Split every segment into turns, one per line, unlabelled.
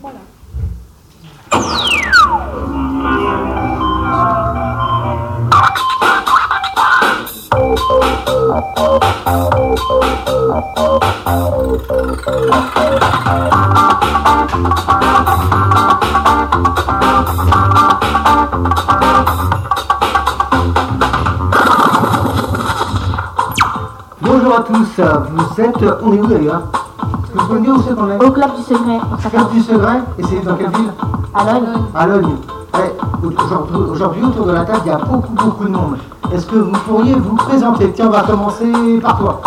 Voilà.
Bonjour à tous, euh, vous êtes. On est où d'ailleurs Est-ce que vous pouvez me dire où c'est qu'on est
Au club du secret, on s'appelle
Cap du Segret, et c'est dans quelle ville
à Londres.
À Logne. Eh, Aujourd'hui, aujourd'hui, autour de la table, il y a beaucoup, beaucoup de monde. Est-ce que vous pourriez vous présenter Tiens, on va commencer par toi.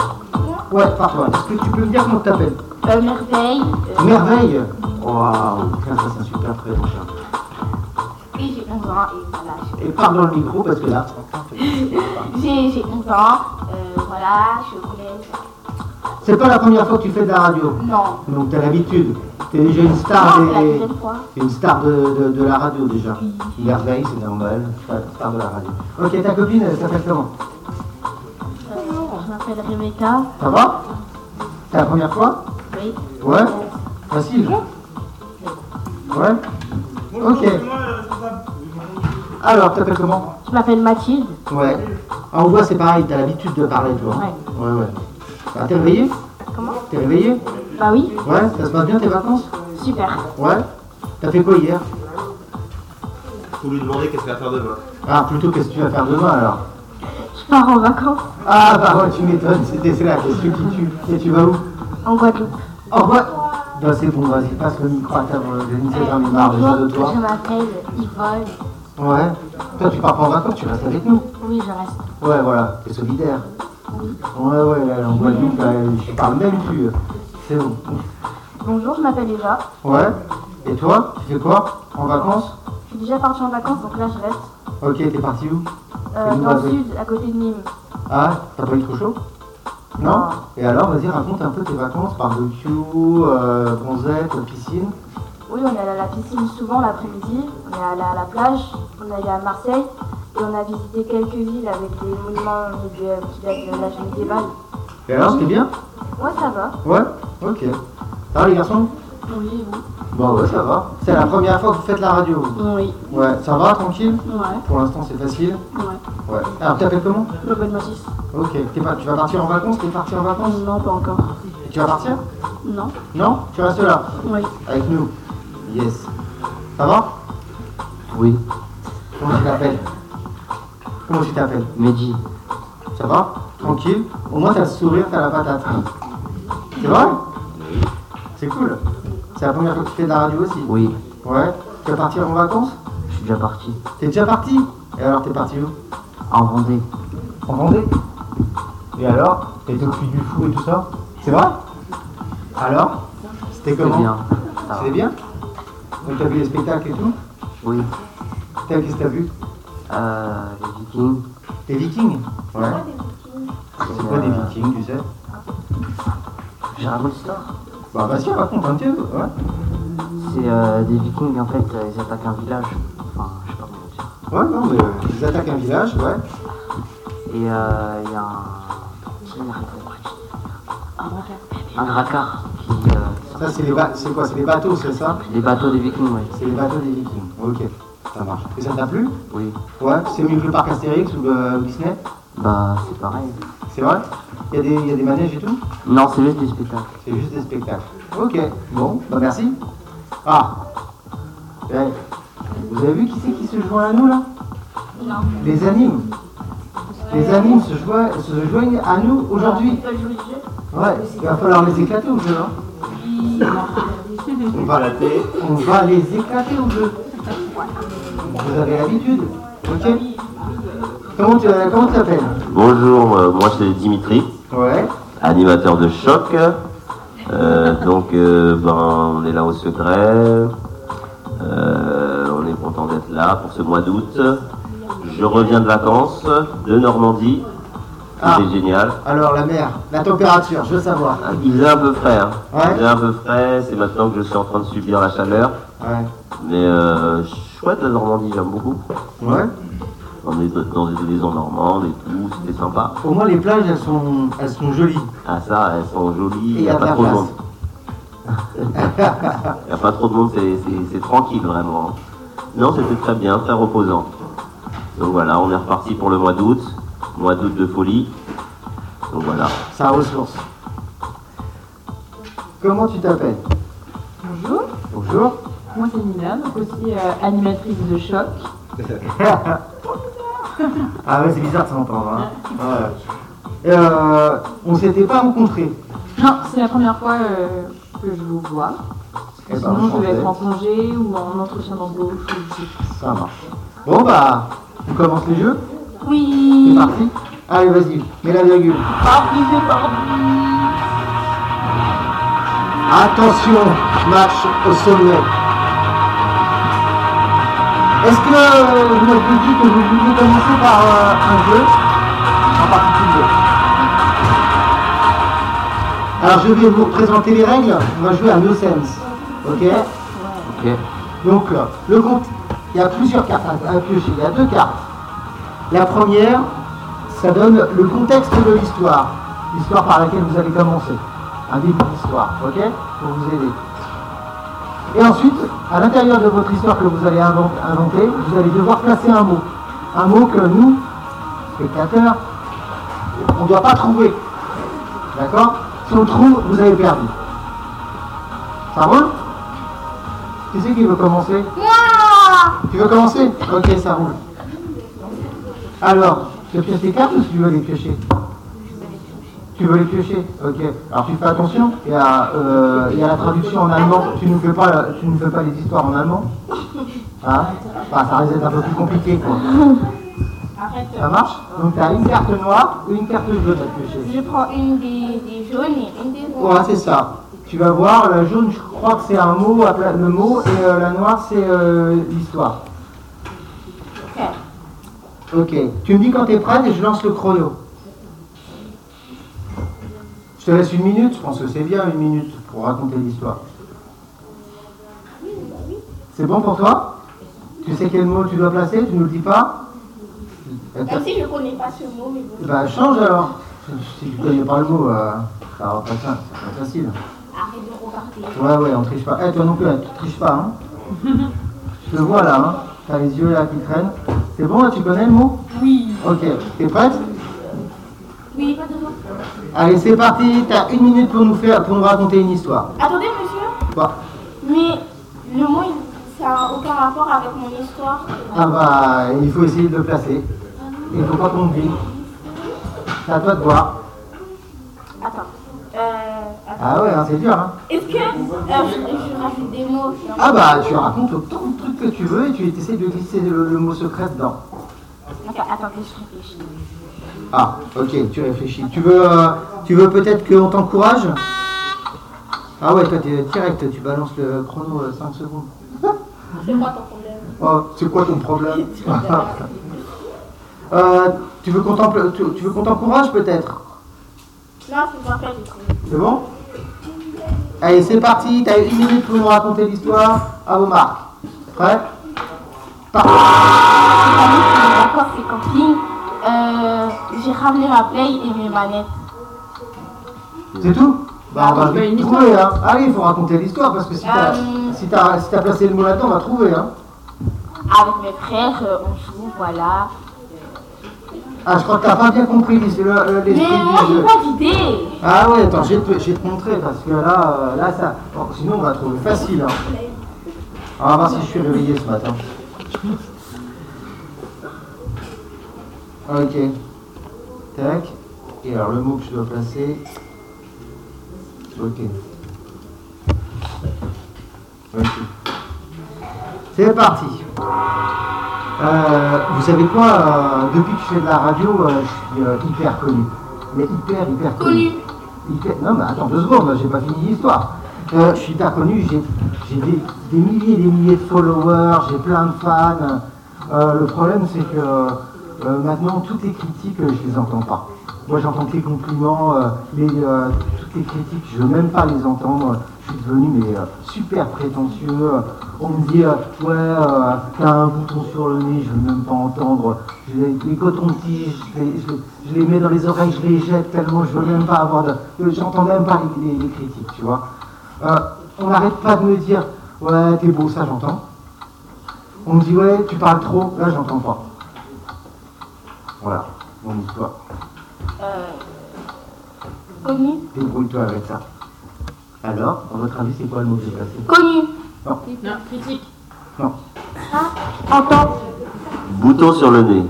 Ouais, par toi. Est-ce que tu peux me dire comment tu t'appelles
Euh, merveille. euh,
Merveille Waouh, putain, ça c'est un super prénom. ça.
oui, j'ai 11 ans et voilà.
Et parle dans le micro parce que là.
je- J'ai j'ai 11 ans, euh, voilà, je suis au collège.
C'est pas la première fois que tu fais de la radio.
Non.
Donc t'as l'habitude. T'es déjà une star
Non, c'est la
des.
deuxième fois.
T'es une star de, de, de la radio déjà. Merveille, c'est normal. Ouais, Star de la radio. Ok, ta copine, elle s'appelle comment
Euh, je m'appelle Rebecca.
Ça va C'est la première fois
Oui.
Ouais. Facile. Ouais. Ok. Alors, t'appelles comment
Je m'appelle Mathilde.
Ouais. En voix, c'est pareil, t'as l'habitude de parler, toi. hein Ouais, ouais. Bah, t'es réveillé
Comment
T'es réveillé
Bah oui,
Ouais, ça se passe bien tes vacances
super.
Ouais. T'as fait quoi hier
Faut lui demander qu'est-ce qu'elle va faire demain.
Ah, plutôt, qu'est-ce que tu vas faire demain alors
Je pars en vacances
Ah, bah ouais, tu m'étonnes, c'était c'est la question qui tue. Et tu vas où
en Guadeloupe.
Au revoir. Bah, c'est bon, vas-y, passe le micro à ta voix. Denise, j'en ai marre déjà de toi.
je m'appelle Yvonne.
Ouais. Toi, tu pars pas en vacances, tu restes avec nous.
Oui, je reste.
Ouais, voilà, t'es solidaire. Ouais, ouais, là, en Guadeloupe, là, je parle même plus. C'est bon.
Bonjour, je m'appelle Eva.
Ouais. Et toi, tu fais quoi En vacances
Je suis déjà partie en vacances, donc là je reste.
Ok, t'es parti où
euh,
Et nous,
dans le
avec-
sud, à côté de Nîmes.
Ah, t'as pas eu trop chaud Non
Non.
Et alors, vas-y, raconte un peu tes vacances, barbecue, euh, bronzette, piscine.
Oui, on est allé à la piscine souvent l'après-midi, on est allé à la plage, on est allé à Marseille et on a visité quelques villes avec des monuments du- euh, qui datent de l'âge médiéval.
Et alors, c'était bien
Ouais, ça va.
Ouais, ok. Ça va les garçons
Oui, oui.
Bah ouais, ça va. C'est la première fois que vous faites la radio. vous
Oui,
Ouais, ça va, tranquille
ouais,
Pour l'instant, c'est facile.
ouais.
Ouais. Alors, t'appelles comment
Le bon magis.
Ok, t'es pas, tu vas partir en vacances T'es parti en vacances
Oh, Non, pas encore.
Et Tu vas partir
Non
Non Tu restes là
Oui.
Avec nous Yes. Ça va Oui. Comment tu t'appelles Comment tu t'appelles Mehdi. Ça va Tranquille Au moins, t'as le sourire, t'as la patate. C'est vrai C'est cool. C'est la première fois que tu fais de la radio aussi
Oui,
Ouais. Tu vas partir en vacances
je suis déjà parti.
T'es déjà parti Et alors t'es parti où
En Vendée.
En Vendée. Et alors T'es au puits du fou et tout ça C'est vrai Alors C'était
C'est
comment
bien. Ça
C'était
va.
bien Donc t'as vu les spectacles et tout
Oui.
T'as qu'est-ce que t'as vu
Euh, les Vikings.
Des vikings Ouais. C'est quoi des
Euh,
vikings, tu sais
Je raconte l'histoire.
Bah vas-y, raconte un petit peu, ouais.
C'est euh, des Vikings, en fait, euh, ils attaquent un village. Enfin, je sais pas comment dire.
Ouais, non, mais euh, ils attaquent un village, ouais.
Et euh, il y a un. qui n'arrive pas à me dire. Un dracard qui. euh,
Ça c'est les ba- c'est quoi C'est les bateaux, c'est ça
les bateaux des Vikings, oui.
C'est les bateaux des vikings. Ok, ça marche. Et ça t'a plu
Oui.
Ouais, c'est mieux que le parc Astérix ou le Disney
Bah, c'est pareil.
C'est vrai Il y, a des- il y a des manèges et tout
Non, c'est juste du spectacle.
C'est juste des spectacles. Ok, bon, bah merci. Ah Eh, Vous avez vu qui c'est qui se joint à nous là
Non.
Les animes. Les animes se, joignent- se joignent à nous aujourd'hui.
veulent jouer le jeu
Ouais, il va falloir les éclater au jeu. Hein. On, va, on va les éclater au jeu. Vous avez l'habitude. Ok Comment tu comment tu t'appelles
Bonjour, euh, moi c'est Dimitri,
Ouais.
animateur de choc. Euh, donc euh, ben, on est là au secret. Euh, on est content d'être là pour ce mois d'août. Je reviens de vacances de Normandie.
Ah.
C'est génial.
Alors la mer, la température, je veux savoir.
Ah, Il est un peu frais. hein.
Ouais.
Il est un peu frais. C'est maintenant que je suis en train de subir la chaleur.
Ouais.
Mais euh, chouette la Normandie, j'aime beaucoup.
Ouais.
On est dans des maisons normandes et tout, c'était sympa.
Au moins les plages elles sont elles sont jolies.
Ah ça, elles sont jolies,
Et
il n'y a
de la
pas trop de
place.
monde. Il n'y a pas trop de monde, c'est- c'est c'est tranquille vraiment. Non, c'était très bien, très reposant. Donc voilà, on est reparti pour le mois d'août, mois d'août de folie. Donc voilà.
Ça ressource. Comment tu t'appelles
Bonjour,
Bonjour.
moi c'est Nina, donc aussi euh, animatrice de choc.
Ah ouais, c'est bizarre de s'entendre. Hein. Ouais. Euh, on s'était pas rencontrés.
Non, c'est la première fois euh, que je vous vois.
Eh ben,
Sinon, je vais
enchanté.
être en congé ou en entretien d'embauche. ou je sais pas.
Ça marche. Bon bah, on commence le jeu. C'est
Oui
parti. Allez, vas-y, mets la virgule.
Ah,
Attention, match au sommet. Est-ce que euh, vous m'avez dit que vous vouliez commencer par euh, un jeu en particulier Alors je vais vous présenter les règles. On va jouer à No Sense. Ok
Ok.
Donc euh, le compte, il y a plusieurs cartes à à piocher. Il y a deux cartes. La première, ça donne le contexte de l'histoire. L'histoire par laquelle vous allez commencer. Un début d'histoire, ok Pour vous aider. Et ensuite, à l'intérieur de votre histoire que vous allez inven- inventer, vous allez devoir placer un mot. Un mot que nous, spectateurs, on ne doit pas trouver. D'accord Si on le trouve, vous avez perdu. Ça roule Qui c'est qui veut commencer Tu veux commencer Ok, ça roule. Alors, tu pioches tes cartes ou tu veux les piocher Tu veux les piocher Ok. Alors tu fais attention, il y, a, euh, il y a la traduction en allemand. Tu ne fais pas, la- tu ne fais pas les histoires en allemand Hein Enfin, ça risque d'être un peu plus compliqué quoi. Ça marche Donc tu as une carte noire ou une carte jaune à piocher.
Je prends une des, des jaunes et une des
Ouais, c'est ça. Tu vas voir, la jaune, je crois que c'est un mot, à pla- le mot, et euh, la noire, c'est euh, l'histoire. Ok. Tu me dis quand t'es prête et je lance le chrono. Je te laisse une minute, je pense que c'est bien une minute pour raconter l'histoire. C'est bon pour toi Tu sais quel mot tu dois placer Tu nous le dis pas
Même si je ne connais pas ce mot, mais bon.
Bah change alors. Si tu connais pas le mot, euh, ça va pas ça, c'est pas facile.
Arrête de regarder.
Ouais, ouais, on triche pas. Eh, toi non plus, hein, tu triches pas, hein Je te vois là, hein T'as les yeux là qui traînent. C'est bon, là, tu connais le mot Oui. Ok, t'es prête
Oui, pas de moi.
Allez, c'est parti, t'as une minute pour nous faire, pour nous raconter une histoire.
Attendez, monsieur.
Quoi
Mais le mot, il- ça n'a aucun rapport avec mon histoire.
Ah bah, il faut essayer de le placer.
Ah
Il faut pas qu'on oublie. C'est à toi de voir.
Attends. Euh, attends.
Ah ouais, hein, c'est dur, hein
Est-ce que euh, je, je rajoute des mots non
Ah bah, tu racontes autant de trucs que tu veux et tu essaies de glisser le, le mot secret dedans.
Attends, attendez, je réfléchis.
Ah, ok, tu réfléchis. Tu veux, euh, tu veux peut-être qu'on t'encourage Ah ouais, toi, t'es direct, tu balances le chrono 5 secondes.
C'est quoi ton problème
Oh, c'est quoi ton problème Euh, Tu veux qu'on t'en- tu- tu veux qu'on t'encourage peut-être
Non, c'est pas fait, j'ai trouvé.
C'est bon Allez, c'est parti, t'as une minute pour nous raconter l'histoire. À vos marques. Prêt
D'accord, c'est compris. Euh, J'ai ramené ma play et mes manettes.
C'est tout Bah, on va
Raconte-moi une
vite trouver, hein. Allez, il faut raconter l'histoire parce que si t'as
Euh.
si t'as- si t'as placé le mot là-dedans, on va trouver, hein.
Avec mes frères, euh, on joue, voilà.
Ah, je crois que t'as pas bien compris l'is- le- le- l'esprit
Mais moi,
du
j'ai
jeu.
pas d'idée.
Ah ouais, attends, je vais te, je vais te montrer parce que là, euh, là ça. bon, sinon, on va trouver facile. Hein. On va voir si je suis réveillé ce matin. Ok. Tac. Et alors, le mot que je dois placer. Ok. Ok. C'est parti. Euh, vous savez quoi euh, Depuis que je fais de la radio, euh, je suis euh, hyper connu. Mais hyper, hyper connu. Hyper- Non, mais attends deux secondes, j'ai pas fini l'histoire. Euh, je suis hyper connu, j'ai j'ai des, des milliers et des milliers de followers, j'ai plein de fans. Euh, le problème, c'est que euh, maintenant, toutes les critiques, euh, je les entends pas. Moi, j'entends que les compliments, euh, les, euh, toutes les critiques, je veux même pas les entendre. Je suis devenu mais, euh, super prétentieux. On me dit, euh, ouais, euh, t'as un bouton sur le nez, je veux même pas entendre. Je les, les cotons-tiges, je les, je les- je les mets dans les oreilles, je les jette tellement, je veux même pas avoir de. euh, J'entends même pas les, les- les critiques, tu vois. Euh, on n'arrête pas de me dire Ouais, t'es beau, ça j'entends. On me dit Ouais, tu parles trop, là j'entends pas. Voilà, mon histoire.
Connu.
Débrouille-toi avec ça. Alors, à votre avis, c'est quoi le mot que j'ai passé
Connu.
Non, critique.
Entend.
Bouton sur le nez.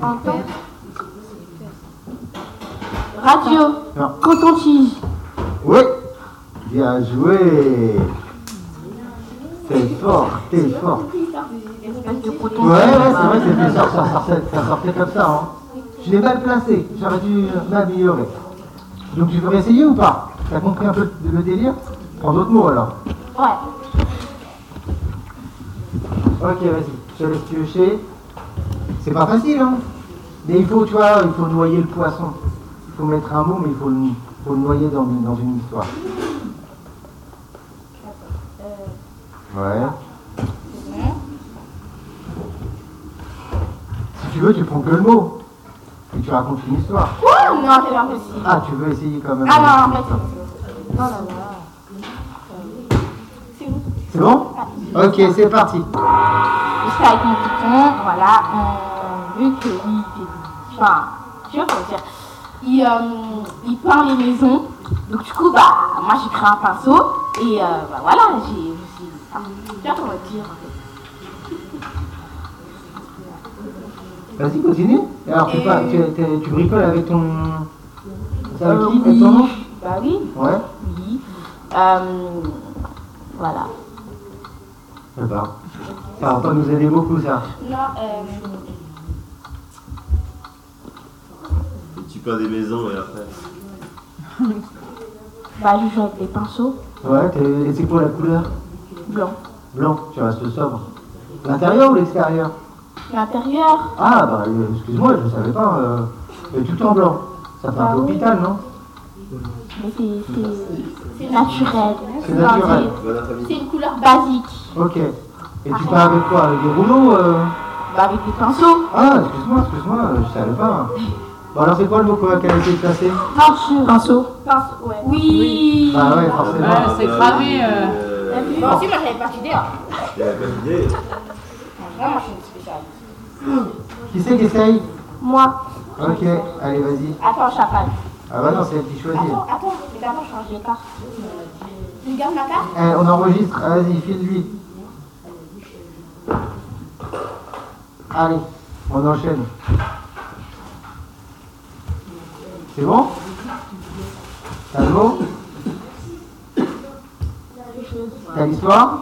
Entend. Radio.
Non.
Coton-tige.
Oui Bien joué C'est fort, t'es fort.
Espèce de
Ouais,
coton.
ouais, c'est vrai que c'était ça, ça sortait, ça sortait comme ça. Hein. Je l'ai mal placé, j'aurais dû m'améliorer. Donc tu veux réessayer ou pas T'as compris un peu le le délire Prends d'autres mots alors.
Ouais.
Ok, vas-y, je te laisse piocher. C'est pas facile, hein Mais il faut, tu vois, il faut noyer le poisson. Il faut mettre un mot, mais il faut le, faut le noyer dans, une- dans une histoire. Ouais. Si tu veux, tu prends que le mot. Et tu racontes une histoire.
Non, c'est pas possible.
Ah, tu veux essayer quand même.
Ah non, en fait,
C'est bon Ok, c'est parti.
J'étais avec mon piton, voilà, on vu que lui, il fait- enfin, je sais pas comment dire, il, euh, il peint les maisons. Donc du coup, bah, moi j'ai pris un pinceau et euh, bah, voilà, j'ai, j'ai, ah, je sais pas comment dire.
Vas-y, continue. Alors, tu, pas, tu, tu- tu bricoles avec ton. C'est avec
Euh,
qui
oui.
Avec ton nom
Bah oui,
Ouais.
oui. Euh, voilà.
Eh ben, ça va pas nous aider beaucoup, ça.
non, euh,
Tu peins des maisons et après.
Bah je joue avec des pinceaux
Ouais, t'es- et c'est quoi la couleur
blancs.
Blanc, tu restes sobre. L'intérieur ou l'extérieur
L'intérieur,
Ah, bah, euh, excuse-moi, je savais pas. euh, mais tout en blanc. Ça fait un peu hôpital, non
mais c'est, c'est, c'est naturel.
C'est naturel.
Bon après-midi.
c'est une couleur
C'est
basse.
basique.
Ok. Et tu pars avec quoi Avec des rouleaux euh
Ah. Bah avec des pinceaux.
Ah, excuse-moi, excuse-moi, euh, je savais pas. Bon, alors c'est quoi le mot qu'on- qu'elle a essayé de placer
Peinture. Pinceau.
Pince, ouais.
Oui.
Ah.
Bah ouais, forcément.
Ouais, c'est cramé,
euh,
T'as vu Moi aussi, moi j'avais pas d'idée. hein.
Il y a pas d'idée.
Vraiment, moi je suis une spécialiste.
Qui c'est qui essaye
Moi.
Ok, allez, vas-y.
Attends, Chaval.
Ah bah non, c'est elle qui choisit.
Attends, attends, mais d'abord je change de carte. Tu gardes ma carte
Eh, on enregistre, vas-y, file-lui. Allez, on enchaîne. C'est bon T'as le mot T'as l'histoire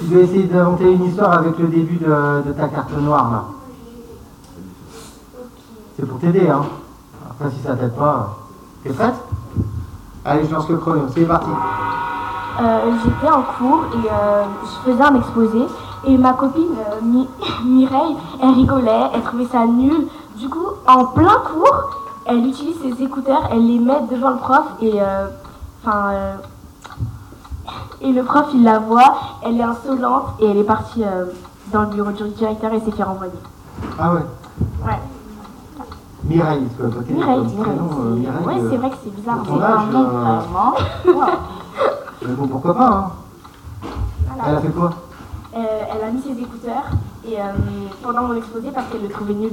Tu dois essayer d'inventer une histoire avec le début de, de ta carte noire, là. C'est pour t'aider, hein. Après, si ça t'aide pas, euh, t'es prête Allez, je lance le chrono, c'est parti.
Euh, j'étais en cours et euh, je faisais un exposé et ma copine euh, Mi- Mireille, elle rigolait, elle trouvait ça nul. Du coup, en plein cours, elle utilise ses écouteurs, elle les met devant le prof et euh, enfin euh, et le prof il la voit, elle est insolente et elle est partie euh, dans le bureau du directeur et s'est fait renvoyer.
Ah ouais
Ouais.
Mireille, parce que toi, t'es
Mireille,
comme
Mireille.
prénom, euh, Mireille,
ouais,
euh,
c'est vrai que c'est bizarre.
le
C'est pas un
tournage,
nom
euh,
vraiment.
mais bon, pourquoi pas, hein
Voilà.
Elle a fait quoi
Euh, elle a mis ses écouteurs et euh, pendant mon exposé parce qu'elle le trouvait nul.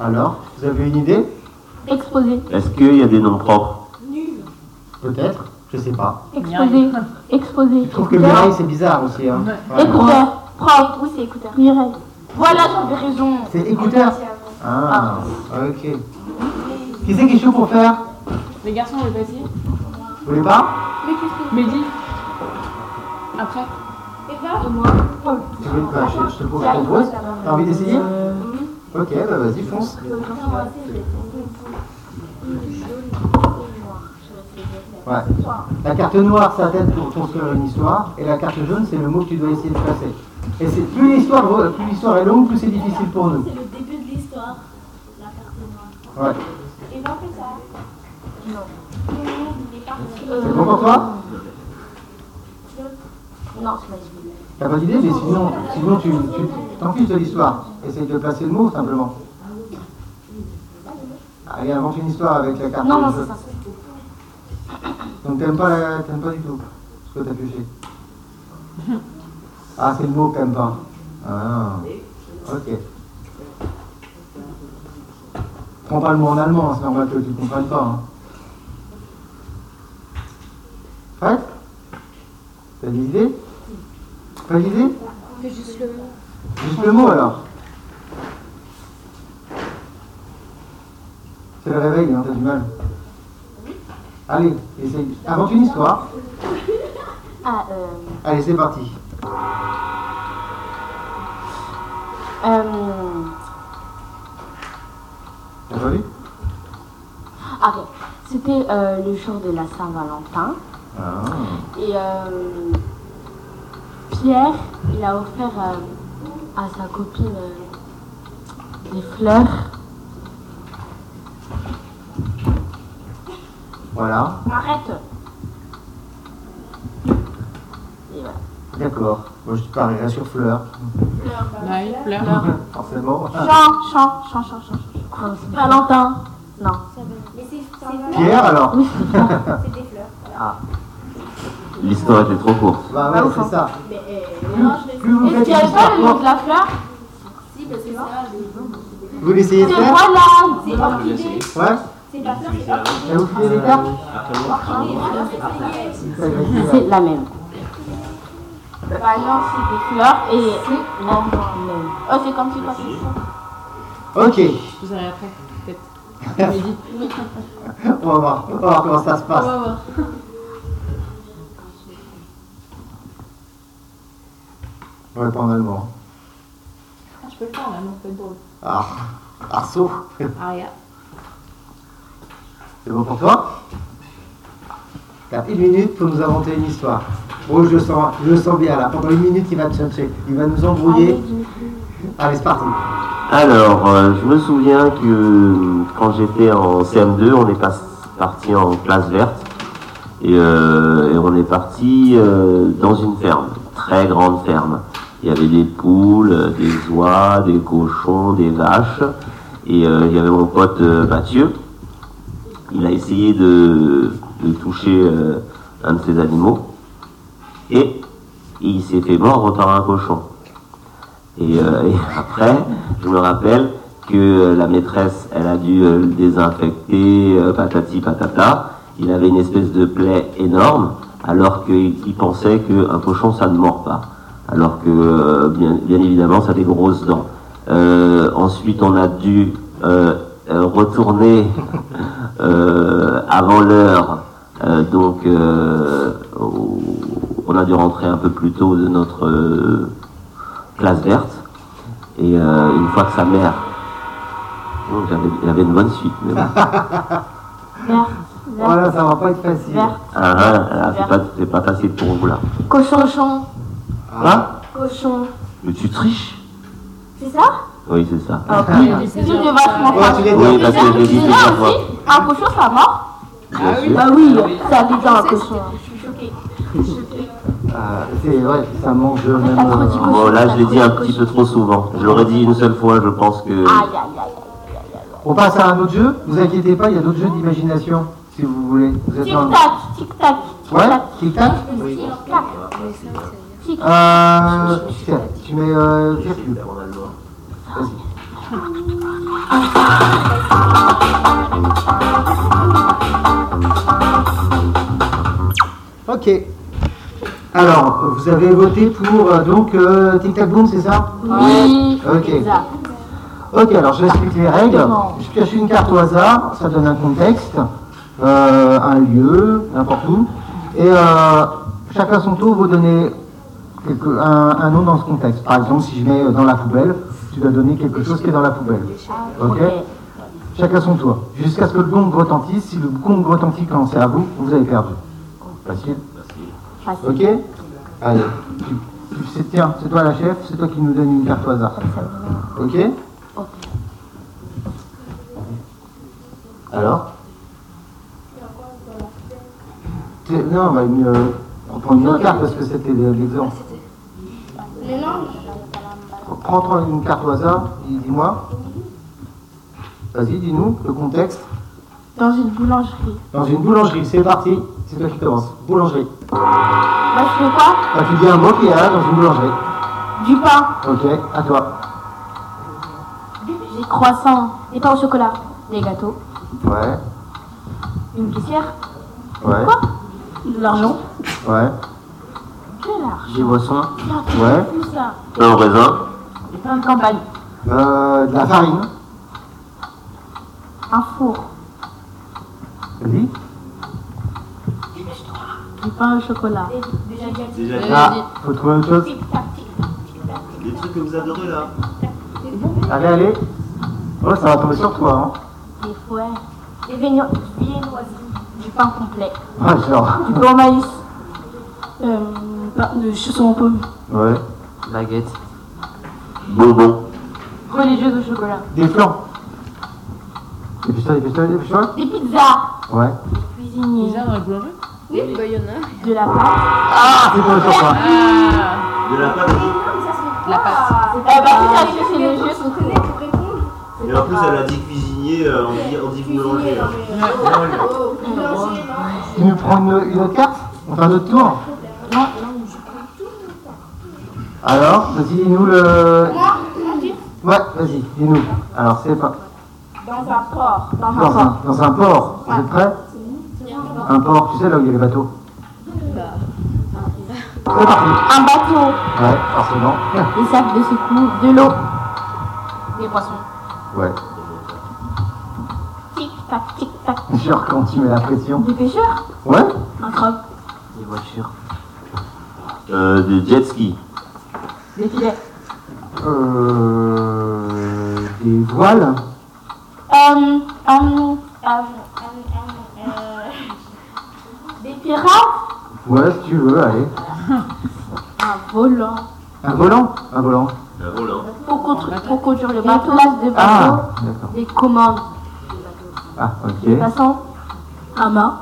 Alors, vous avez une idée
Exposé,
Est-ce qu'il y a des noms propres
Peut-être, je sais pas.
exposé, exposé.
Je trouve que Mireille, c'est bizarre aussi, hein. Ouais.
Écouteur,
Prof. Oui, c'est écouteur.
Mireille.
Voilà, j'avais raison.
C'est écouteur Ah, ok. Qui c'est qui est chaud pour faire
Les garçons, on le passé
Vous voulez pas
Mehdi Après
Et ben,
Tu veux bah, je, je te pose, je te propose. T'as envie d'essayer Ok, bah vas-y, fonce. Ouais. La carte noire, ça t'aide pour construire une histoire, et la carte jaune, c'est le mot que tu dois essayer de placer. Et c'est plus l'histoire, plus l'histoire est longue, plus c'est difficile pour nous.
c'est le début de l'histoire. La carte noire.
Ouais.
Et ben, fais ça. Non. Il est parti.
C'est bon pour toi
Non, c'est pas du tout.
T'as pas d'idée, mais sinon, sinon tu tu- tu t'en fiches de l'histoire. Essaye de placer le mot simplement. Ah, Allez, invente une histoire avec la carte
Non, non,
jaune.
c'est ça.
Donc t'aimes pas, la- t'aimes pas du tout ce que t'as pioché. Ah, c'est le mot que t'aimes pas. Ah, ok. Prends pas le mot en allemand, c'est normal que tu comprennes pas. Hein. Prête Hein T'as une idée Pas d'idée
Juste le mot.
Juste le mot alors. C'est le réveil, hein, t'as du mal. Allez, essaye. Invente une histoire.
Ah, euh...
Allez, c'est parti.
euh...
T'as pas vu
Ah, ok. C'était euh, le jour de la Saint-Valentin.
ah.
Et euh, Pierre, il a offert euh, à sa copine euh, des fleurs.
Voilà,
Arrête Et voilà.
d'accord. Moi, je parierais sur fleurs,
Bah,
Naï, fleur.
forcément.
Ah. Chant, chant, chant, chant, chant, chant. Valentin Non.
Mais c'est c'est-
Pierre, alors
Oui, c'est ça.
c'est des fleurs.
L'histoire était trop courte.
Bah
Bah,
ouais,
ouf, hein.
c'est ça.
Mais
Plus vous
Est-ce
faites
qu'il y avait
une
pas le
histoire oh.
nom
courte,
de la fleur
si, parce que ça,
vous l'essayez de
C'est
faire
Roland
c'est orchidée.
Ouais
C'est pas fleur, c'est orchidée.
T'as oublié les cartes Ouais, vas-y,
C'est
ouais.
la même. Bah non, c'est des fleurs et... C'est même. Oh, c'est comme si toi, c'est ça.
Ok,
Je vous dirai après, peut-être. Mehdi.
on va voir. On va voir comment ça se
On va
passe.
voir.
Ouais, pas en allemand.
Ah, Je peux le faire là, non, c'est drôle.
Ah, Arceau,
Aria.
c'est bon pour toi T'as une minute pour nous inventer une histoire. Oh, je le sens, je le sens bien là. Pendant une minute, il va te chercher. Il va nous embrouiller. Allez, c'est parti.
Alors, euh, je me souviens que euh, quand j'étais en CM2, on est pas- parti en classe verte et, euh, et on est parti euh, dans une ferme, très grande ferme. Il y avait des poules, euh, des oies, des cochons, des vaches et euh, il y avait mon pote euh, Mathieu. Il a essayé de, de toucher euh, un de ces animaux et il s'est fait mordre par un cochon. Et, euh, et après, je me rappelle que euh, la maîtresse, elle a dû euh, le désinfecter, euh, patati patata. Il avait une espèce de plaie énorme, alors qu'il il pensait qu'un cochon, ça ne mord pas. Alors que, euh, bien, bien évidemment, ça a des grosses dents. Euh, ensuite, on a dû euh, euh, retourner euh, avant l'heure. Euh, donc, euh, au- on a dû rentrer un peu plus tôt de notre... euh, classe verte. Et euh, une fois que sa mère. Bon, j'avais- il avait une bonne suite, mais
Ah.
bon.
Vert, vert,
Voilà, Oh ça va pas être facile.
vert.
Ah, ah, ah, c'est pas, c'est pas facile pour vous là.
Cochon, cochon,
Ah,
cochon.
Mais tu triches
C'est ça
Oui, c'est ça.
Ah.
Il y a des
C'est tout
plusieurs-
de vachement
Ouais, tu l'as dit.
Oui, parce que je l'ai dit
Déjà
plusieurs fois.
aussi, un cochon, ça mort
Bien sûr.
Bah oui, ça dit dans un cochon.
Ah, c'est vrai, ça manque de même.
t'as trop dit
euh,
cochon.
Bon, là, je l'ai dit un petit peu trop souvent. Je l'aurais dit une seule fois, je pense que.
Aïe, aïe, aïe.
On passe à un autre jeu. Vous inquiétez pas, il y a d'autres jeux d'imagination, si vous voulez. Vous êtes dans le-
Tic-tac, tic-tac,
Ouais
tic-tac,
Tic-tac
tic-tac.
Euh. tiens, Tu mets. Euh, virgule. Vas-y. Ok. Alors, vous avez voté pour euh, donc euh, Tic Tac Boom, c'est ça
Oui,
Ok.
c'est ça.
Ok, alors je explique les règles. Je pioche une carte au hasard, ça donne un contexte, euh, un lieu, n'importe où. Et euh, chacun son tour, vous donnez quelque- un, un nom dans ce contexte. Par exemple, si je mets euh, dans la poubelle, tu dois donner quelque chose qui est dans la poubelle. Ok Chacun son tour. Jusqu'à ce que le gong retentisse. Si le gong retentit quand c'est à vous, vous avez perdu. Facile
Facile.
Ok Allez. Tu- tu- c'est- Tiens, c'est toi la chef, c'est toi qui nous donne une carte au hasard. Ok Alors T'es- Non, bah, mieux, on prend une autre carte parce que c'était le- l'exemple.
Mais non,
Prends-toi une carte au hasard, dis- dis-moi. Vas-y, dis-nous le contexte.
dans une boulangerie.
Dans une boulangerie, c'est parti. C'est toi qui commence. Boulangerie.
Moi, je fais quoi
Quand tu dis un mot qu'il y a dans une boulangerie.
Du pain,
Ok, à toi.
des croissants, des pains au chocolat, des gâteaux,
Ouais,
une caissière,
ouais,
de l'argent,
ouais.
de l'argent,
Des boissons,
Ouais.
tout ça,
Pain au raisin,
des pains de campagne,
Euh, de la farine.
un four,
Vas-y.
du pain au chocolat,
Déjà,
Ah, faut trouver autre chose.
des trucs que vous adorez là.
Allez, allez. Oh, ça va tomber sur toi, hein.
des fouets, des vigno- viennoiseries, du pain complet,
hein. Ouais, genre.
du pain au maïs, euh, pain de chausson en pomme,
Ouais.
baguettes,
bonbons,
religieuse au chocolat,
Des flancs. Des pistoles, des pistoles, des pistoles.
des pizzas,
Ouais.
cuisinier,
Bizarre dans la boulangerie.
de la pâte,
Ah, c'est tombé sur toi.
Ah,
De la pâte.
Ah,
la pâte.
eh ben, c'est ça, c'est le jeu,
Je connais pour répondre.
Et en plus, elle a dit cuisinier, euh, on dit, on dit boulanger.
euh,
là.
Oh, boulanger, non
Tu nous prends une, une autre carte On fait un autre tour Alors, vas-y, dis-nous le. Ouais, vas-y, dis-nous. Alors, c'est pas.
Dans un port. Dans un
Dans un, dans un port, vous êtes prêts Un port, tu sais, là où il y a les bateaux C'est parti
un bateau,
Ouais, forcément.
des sacs de secours, de l'eau, des poissons.
Ouais.
Tic tac, tic tac.
Genre, quand tu mets la pression.
Des pêcheurs
Ouais
Un crabe,
des voitures,
euh, des jet ski,
des filets.
Euh. Des voiles
Euh, euh, euh, des pirates
Ouais, si tu veux, allez.
Un volant.
Un volant Un volant.
Un volant.
Pour, contr- pour conduire le bateau. Des places de bateau.
Ah D'accord.
Des commandes.
Ah, ok.
Passant. Un mât.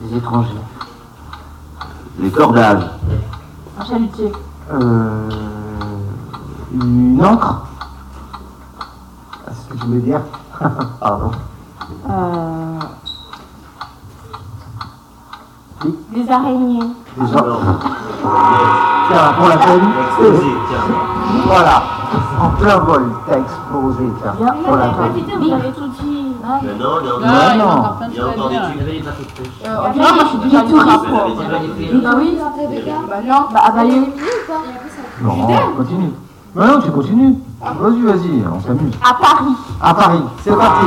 des étrangers,
les cordages,
Un chalutier.
Euh, une encre Ah, C'est ce que je voulais dire. Pardon.
Des araignées.
Déjà,
Alors,
tiens, pour la Ah.
exposé,
peine.
tiens.
Voilà. En plein vol, t'as explosé, tiens.
Bien.
Pour la peine.
Vous avez tout dit.
Mais non, il y a encore-
Ah, il y a
non.
encore plein de
il y a
choses
encore des
à
trucs.
il
Elle
avait des paquets de pêche,
Non, Euh, moi je suis déjà allée
avait dit
par rapport.
pas de
Il
prix.
y
Bah oui. Bah non. Bah à Bayeux.
Non, continue. Non, non, tu continues. Vas-y, vas-y, on s'amuse.
À Paris.
À Paris, c'est parti.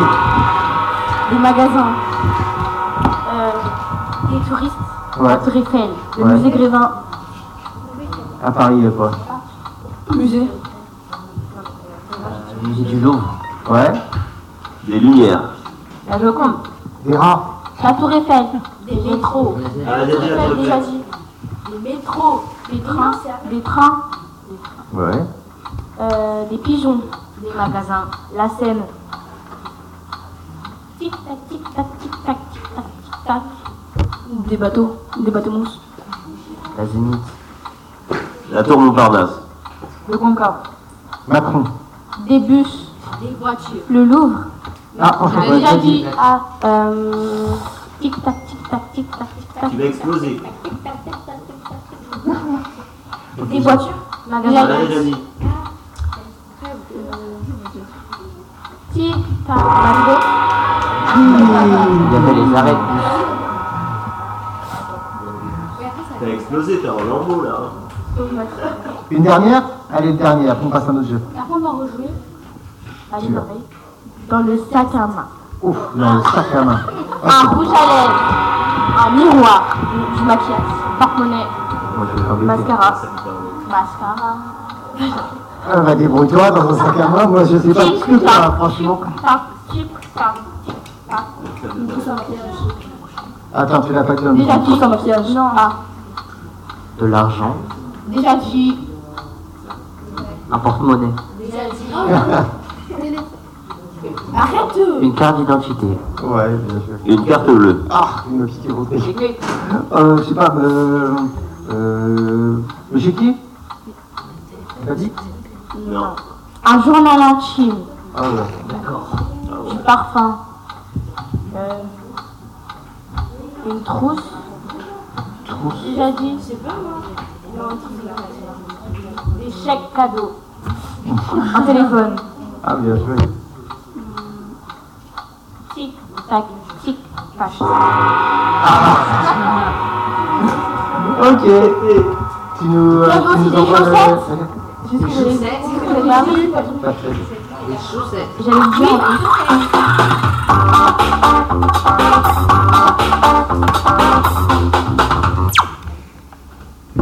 Des magasins. Euh, des touristes.
Ouais,
La Tour Eiffel. Le
Ouais.
musée Grévin.
à Paris, euh, quoi.
Musée.
le musée euh, du Louvre,
Ouais,
des lumières,
Ah,
La Joconde.
des rats.
La Tour Eiffel. Des métros.
Ah, elle a dit la
Eiffel,
tour
déjà
Eiffel.
dit. Des métros. Des trains. Des trains.
Ouais.
Euh, des pigeons. Des magasins. La Seine. Tic tac tic tac tic tac tic tac tic tac. Des bateaux. Des bateaux mousses.
la Zénith,
la tour Montparnasse,
Le Concorde.
Macron.
Des bus. Des voitures. Le Louvre.
Ah, on
J'ai déjà dit. Ah. Euh, tic tac tic tac tic tac tic tac.
Tu vas exploser.
Des voitures.
Elle Ah, a
Magasins.
déjà dit.
Tic tac. Mango.
il y avait les arrêts de bus,
T'as explosé, t'es en lambeau là. hein.
Une dernière Allez, une dernière, après on passe à un autre jeu.
Après, on va rejouer. Allez,
Tu vas.
pareil. Dans le sac à main.
Ouf, dans le sac à main.
Un rouge à lèvres. Un miroir. Du maquillage. Porte-monnaie.
Moi, je vais faire des-
Mascara.
Ça me permet.
Mascara.
Ah bah débrouille-toi dans un sac à main, moi je sais pas ce que t'as, franchement.
Tic-tac, tic-tac.
Attends, tu l'as pas dit dans le
Déjà
micro.
dit. Sans maquillage. Non. Ah.
de l'argent,
Déjà dit.
un porte-monnaie, une carte d'identité,
Ouais, bien sûr.
une carte bleue,
Ah, une petite roulée. Euh, je sais pas, euh... Euh... Mais chez qui T'as dit
Non.
Un journal intime.
Ah ouais.
Du parfum. euh, une trousse.
Trousse.
Déjà dit. hein. Des chèques cadeaux. Un téléphone. Hmm.
Ah, bien joué.
Tic tac tic tac.
Ok. Tu nous, euh,
Bravo,
tu nous
c'est des
envoies le...
Juste que j'allais
chaussettes.
j'allais dire.
Parfait.
Des chaussettes.
J'allais dire.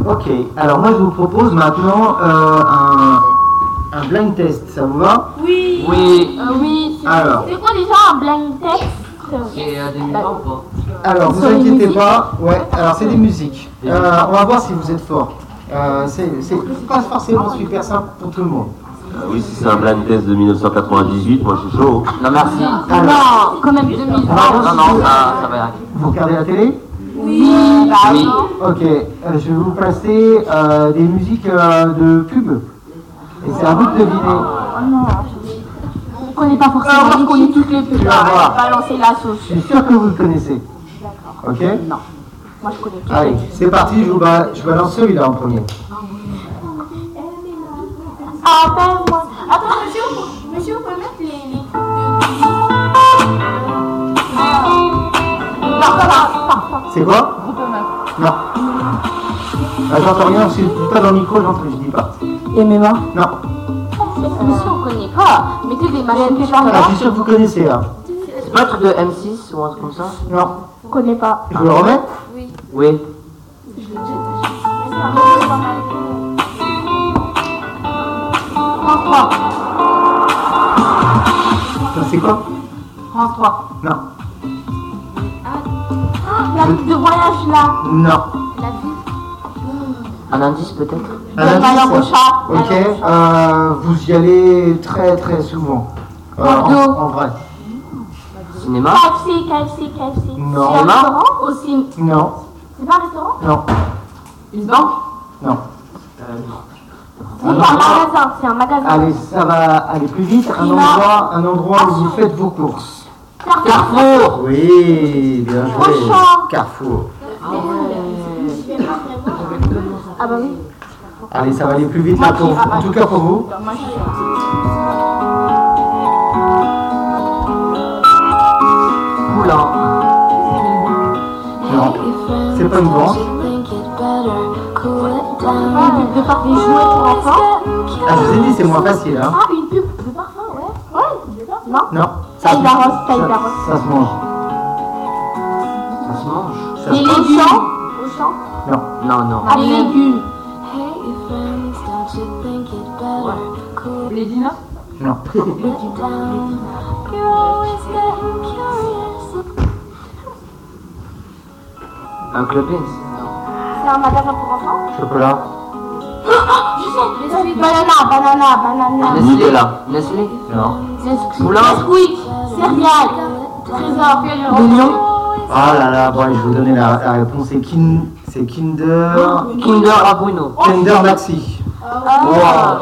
Ok. Alors moi, je vous propose maintenant euh, un, un blind test. Ça vous va
Oui.
Oui.
Euh, oui. c'est-
Alors.
C'est quoi déjà un blind test
Et euh, des mutants ou pas
Alors, vous
Sur les
inquiétez
musiques
pas. Ouais. Alors, c'est des musiques. Euh, on va voir si vous êtes fort. Euh, c'est c'est pas forcément super simple pour tout le monde.
Ah oui, si c'est un blind test de 1998, moi je suis chaud. hein.
Non, merci.
Alors,
Non, quand même 2000.
Ah, Non, non, Bah, ça, ça va aller.
vous regardez la télé
Oui.
Ok, euh, je vais vous passer euh, des musiques euh, de pub. Et c'est à vous de deviner.
Ah, On connaît pas
Euh,
forcément.
moi, je
les hein,
connais
titres.
toutes les pubs.
vas voir.
Arrête, balancer la sauce.
Je suis sûr que vous le connaissez. Ok
Non. Moi, je connais toutes.
Allez, c'est parti, je, vous ba- je balance celui-là en premier.
Ah,
Appelle-moi. Attends, monsieur, on peut- monsieur, on peut mettre les. les...
C'est quoi Non. Ah, j'entends rien, si je dis pas dans le micro, j'entends, je dis pas.
Et mes mains.
Non,
Mais si on connaît pas, mettez des machines qui
Ah, je suis sûr que vous connaissez là.
C'est pas un truc de M6 ou un truc comme ça
Non.
Je connais pas.
Je vous le remets
Oui.
Ah,
Attends, C'est quoi
France 3.
Non.
Ah, La vie de voyage là.
Non.
Un indice peut-être
Un indice, hein. Ok, euh, vous y allez très très souvent. Euh, en,
Bordeaux.
en vrai.
Cinéma
KFC, KFC, KFC.
Non.
C'est un
Non.
restaurant aussi.
Non,
C'est pas un restaurant
non,
Une banque
non.
Ah
Oui, c'est un magasin. C'est un magasin.
Allez, ça va aller plus vite. Un endroit, un endroit où vous faites vos courses.
Carrefour
Oui, bien joué.
Auchan.
Carrefour.
Ah bah oui.
Allez, ça va aller plus vite là pour vous. En tout cas pour vous.
Ah, bah,
Poulain
Non, c'est pas une banque.
Ah, une pub de parfum. Des jouets pour enfants.
Ah, je vous ai dit, c'est moins facile. Hein.
Ah, une pub de parfum, ouais. Ouais, de parfum. Non.
Non.
Taille d'arros, taille d'arros.
Ça, ça se mange.
Ça se mange
Ça
Des
se...
légumes.
Non, non.
Ah, des légumes.
Les dinars
Non.
Un club
C'est un magasin pour enfants.
Chocolat.
Banana, banana, banana.
Nestlé là. Nestlé Non. Poulain
Nesquik, céréales, trésor,
Ah là là, bon, allez, je vais vous donner la, la réponse. C'est Kin- c'est Kinder.
Kinder à Bruno.
Kinder Maxi.
Ah. Moi,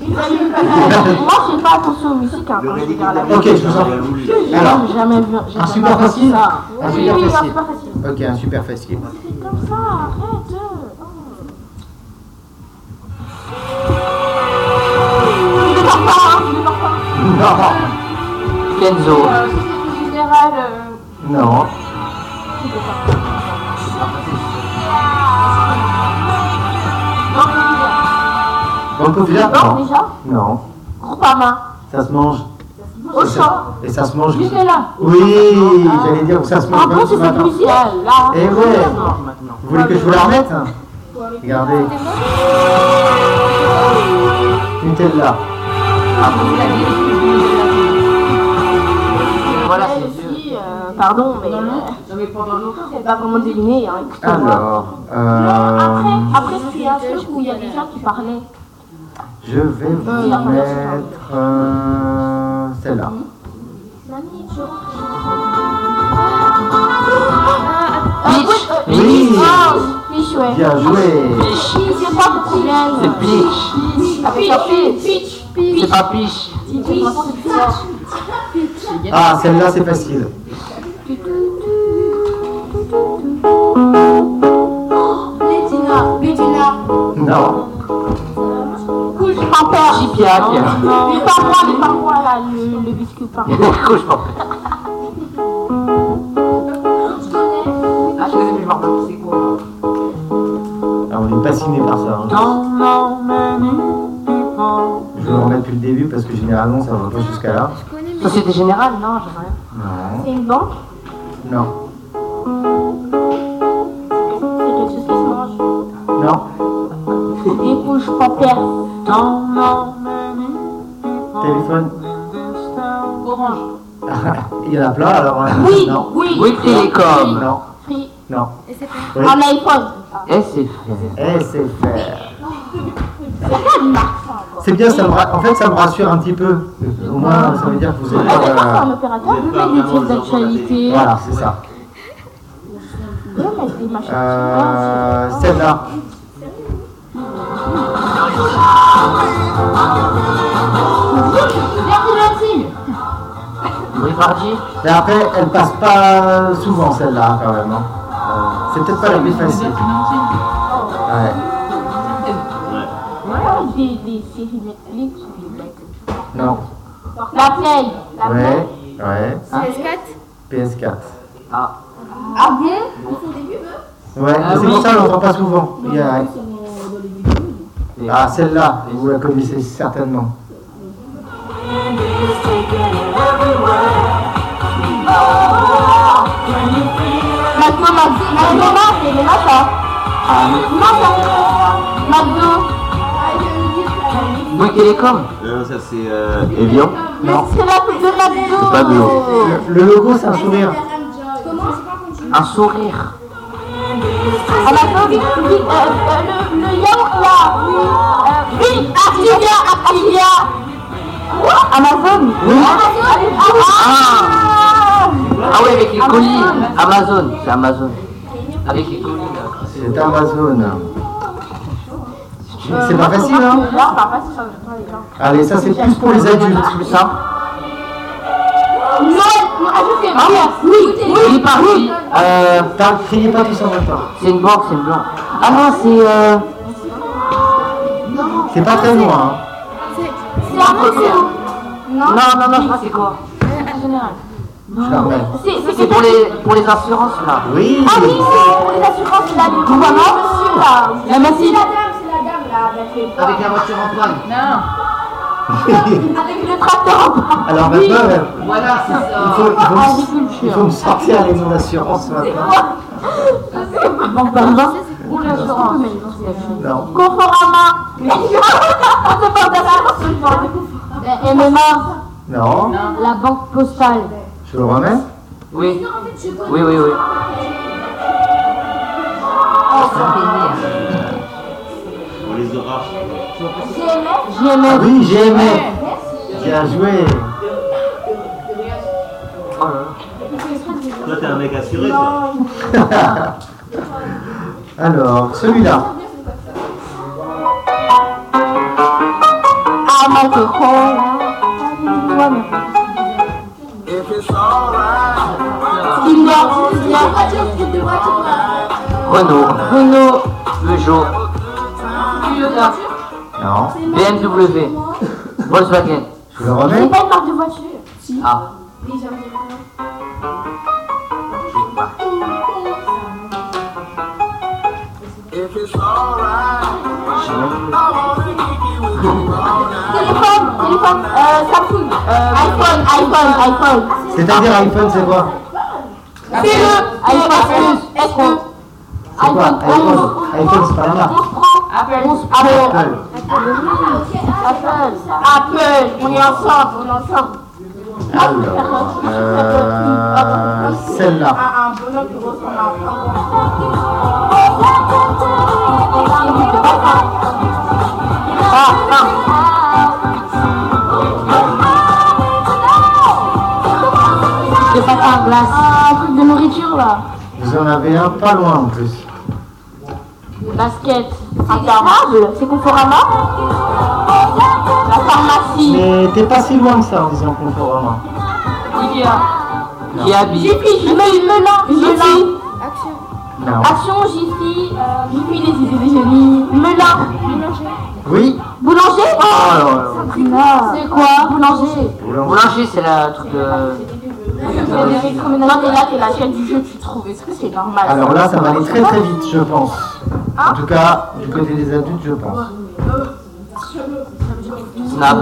je fais pas attention aux musiques hein, quand je regarde la
Ok, je vous en
en
Alors,
J'ai jamais vu. j'ai
un
jamais
super
vu
facile
ça.
Un
Ah Oui,
super
oui, non, c'est
facile.
pas facile.
Ok, un super facile.
Comme ça, arrête.
hein,
Non.
Kenzo.
Général, euh,
Non. Banque populaire Non.
Déjà,
Non.
Groupama.
Ça se mange.
Au champ.
Et ça se mange.
Juste là.
Oui, j'allais dire que ça se
Ah
mange
bon,
bien ce
c'est cette
matin.
musique Ah,
Eh ouais. Vous voulez que je vous la remette hein Regardez. Nutella.
Voilà,
Elle
c'est vieux.
aussi, euh, pardon, mais
Non, mais pendant longtemps.
elle va vraiment deviner. Hein, écoutez-moi.
Alors, euh,
Après, c'est un truc où il y a des gens qui parlaient.
je vais vous mettre euh, celle-là.
Ah,
Peach
Oui,
Fiche, ouais.
bien joué.
C'est pas beaucoup.
C'est Peach
Avec la fille.
C'est pas Peach
Peach.
j'ai gagné.
Ah, celle-là, c'est facile.
Bettina. Bettina.
Non.
Couche par terre.
Chipiac.
Il est par moi, il est par moi, là, le, le biscuit par moi.
Couche pas.
Je connais.
Ah, je sais, mais je me rappelle plus c'est quoi.
Ah, on est fasciné par ça. hein.
Don't know many people.
Je vous remets depuis le début parce que généralement, ça va pas jusqu'à là.
Je connais, mais
Société Générale, non, je sais rien.
Non.
c'est une banque.
Non.
C'est quelque chose qui se mange.
Non.
Des couches par terre.
Don't know many people.
Téléphone.
in this town.
Orange.
Il y en a plein, alors. hein.
Oui,
Non.
oui.
Oui, Télécom. Ah,
Non.
Free.
Non. Eh, Oui.
Un iPhone.
Eh,
Eh,
SFR.
SFR.
C'est pas une marque, ça, encore.
C'est bien, ça me ra- en fait, ça me rassure un petit peu. Au moins, ça veut dire que vous êtes.
Ah, d'accord, c'est
euh,
un opérateur.
Vous
Je
êtes pas
mets des titres
vraiment des enfants de la
d'actualité.
Voilà, c'est ça.
Je mets des machins.
Euh, celle-là.
Oui, Pardi.
Mais après, elle passe pas souvent, celle-là, quand même. hein. Euh, c'est peut-être pas la plus facile. Ouais.
Ah, Des des séries Netflix ou des mecs.
Non.
La Play. La
Ouais.
Play.
Ouais.
PS4.
PS4.
Ah bon
Ouais,
Ah
mais c'est
oui.
pour ça, on l'entend pas souvent. Il y a-
euh,
Et-
Ah, celle-là, vous la connaissez certainement.
Maintenant, McDo. McDo, non, c'est les machins.
Ah, oui.
Non, ça. McDo.
Ah,
Oui, Télécom.
Non, ça c'est. Euh,
Evian
Mais c'est la pub de McDo.
C'est Eh pas bio.
Le, le logo, c'est un sourire.
Comment
Un sourire.
Ah, McDo, oui, oui, euh, euh, le, le yaourt là. Oui, euh, oui, Activia, Activia. Amazon.
Oui.
Amazon. Ah.
Ah oui, avec les colis. Amazon. C'est Amazon. Avec les colis. là.
C'est Amazon. C'est pas facile, hein
Là, par contre, ça, je prends les gens.
Allez, ça, c'est plus pour les adultes. Ça
Non, non, je sais pas. Oui, oui,
Oui, Pardi. Euh,
T'as crié pas tous en même temps.
c'est une banque, c'est une banque. Ah non, c'est. Euh...
C'est pas très loin, hein.
c'est un peu
Non, non, non, je crois que c'est quoi
Je la remets.
C'est c'est
C'est
quelqu'un
pour
qui-
les, pour les assurances là.
Oui
Ah oui, c'est pour les assurances, là, du gouvernement, monsieur, là. La machine.
Avec la voiture en panne.
Non.
Avec le tracteur en bas.
Alors maintenant, euh,
Voilà, c'est
il
ça.
faut, il faut, me- Ah, il faut me sortir les noms d'assurance maintenant.
Banque d'argent. Ou l'assurance.
Non.
Conforama. Mais non, on se parle d'assurance, on se parle de- La MMA.
Non.
La banque postale.
Je le remets
Oui. Oui, oui, oui.
on les aura.
Ah
JMS.
Oui, j'ai aimé. Bien joué.
Oh là là.
Toi t'es un mec assuré toi.
Alors, celui-là.
Ah, Coca-Cola.
Renault. Renault. Peugeot.
Non.
BMW. Volkswagen.
Je le
C'est
remets
pas une marque de voiture.
Ah.
Téléphone, téléphone, euh, Samsung, euh, iPhone, iPhone, iPhone.
C'est-à-dire iPhone, c'est quoi
C'est le iPhone plus, est-ce que
C'est quoi
iPhone,
iPhone iPhone, c'est pas la marque.
Apple.
Apple,
Apple.
Apple, Apple, on est ensemble, on est ensemble.
Alors, euh, celle-là.
Ah, De pâte en glace. Un truc de nourriture là.
Vous en avez un pas loin en plus.
Basket. Interminable, c'est Conforama. La pharmacie.
Mais t'es pas si loin que ça en disant Conforama.
Conforama.
Qui habite
Jiffy, Melun, Melun, Melun.
Action.
Non.
Action, Jiffy, euh, Jiffy, les idées des génies. Melun.
Oui
Boulanger
Ah, non, non, non.
C'est quoi Boulanger
Boulanger, c'est la truc euh, de.
Non, t'es là, t'es la chaîne du jeu, tu trouves. Est-ce que c'est normal
Alors là, ça va aller très très vite, je pense. En tout cas, du côté des adultes, je pense.
Snap.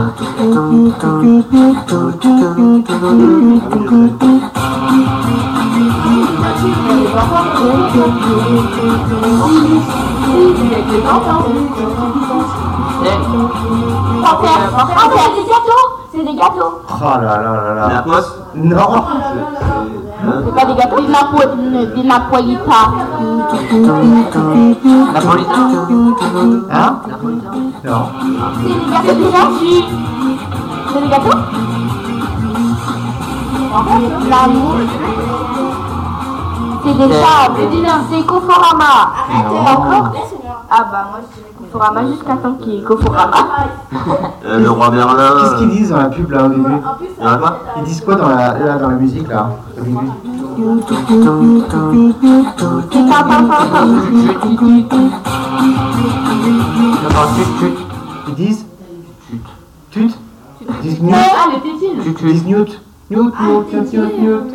Ah, c'est des gâteaux C'est des gâteaux
Oh là là là là.
La poste
Non
C'est pas des gâteaux Des napo... des napolitas.
Hein Non.
C'est des gâteaux de gentil. C'est des gâteaux La moule. C'est des tables. C'est Conforama. Encore Ah bah moi je dirais Conforama jusqu'à temps qu'il y ait Conforama.
Euh, le roi Merlin.
Qu'est-ce qu'ils disent dans la pub là au début
Il y en a pas
Ils disent quoi dans la, là, dans la musique là au début Ils disent Tut Ils disent Newt
Ah, les tétines.
Ils disent Newt Newt, Newt, Newt, Newt, Newt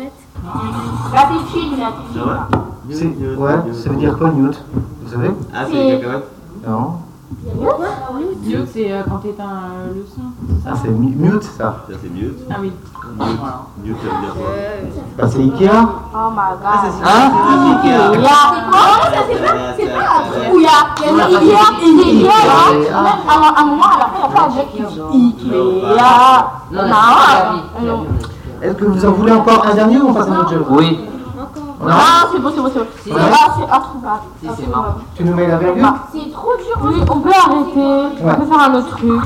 La tétine.
C'est vrai
C'est- Ouais, ça veut dire quoi Newt Vous savez
Ah, c'est les cacahuètes
Non
Dieu, c'est euh, quand t'éteins euh, le son.
Ah c'est mi- Mute ça
Ça, c'est mieux.
Ah oui.
Mieux, ça veut dire quoi
Bah c'est Ikea
Oh my
Ah,
god.
Hein
Il y a... Où il y a... Il y a... Il y a... Il y a... À un moment, à la fin, il n'y a pas un mec qui dit Ikea.
Non,
Non.
Ah
non.
Est-ce que vous en voulez encore un dernier ou on passe à notre jeu
Oui.
Ah, c'est bon, c'est bon, c'est bon. Ah, c'est introuvable.
Si, c'est marrant.
Tu nous mets la virgule
C'est trop dur. Oui, on peut arrêter. On peut faire un autre truc.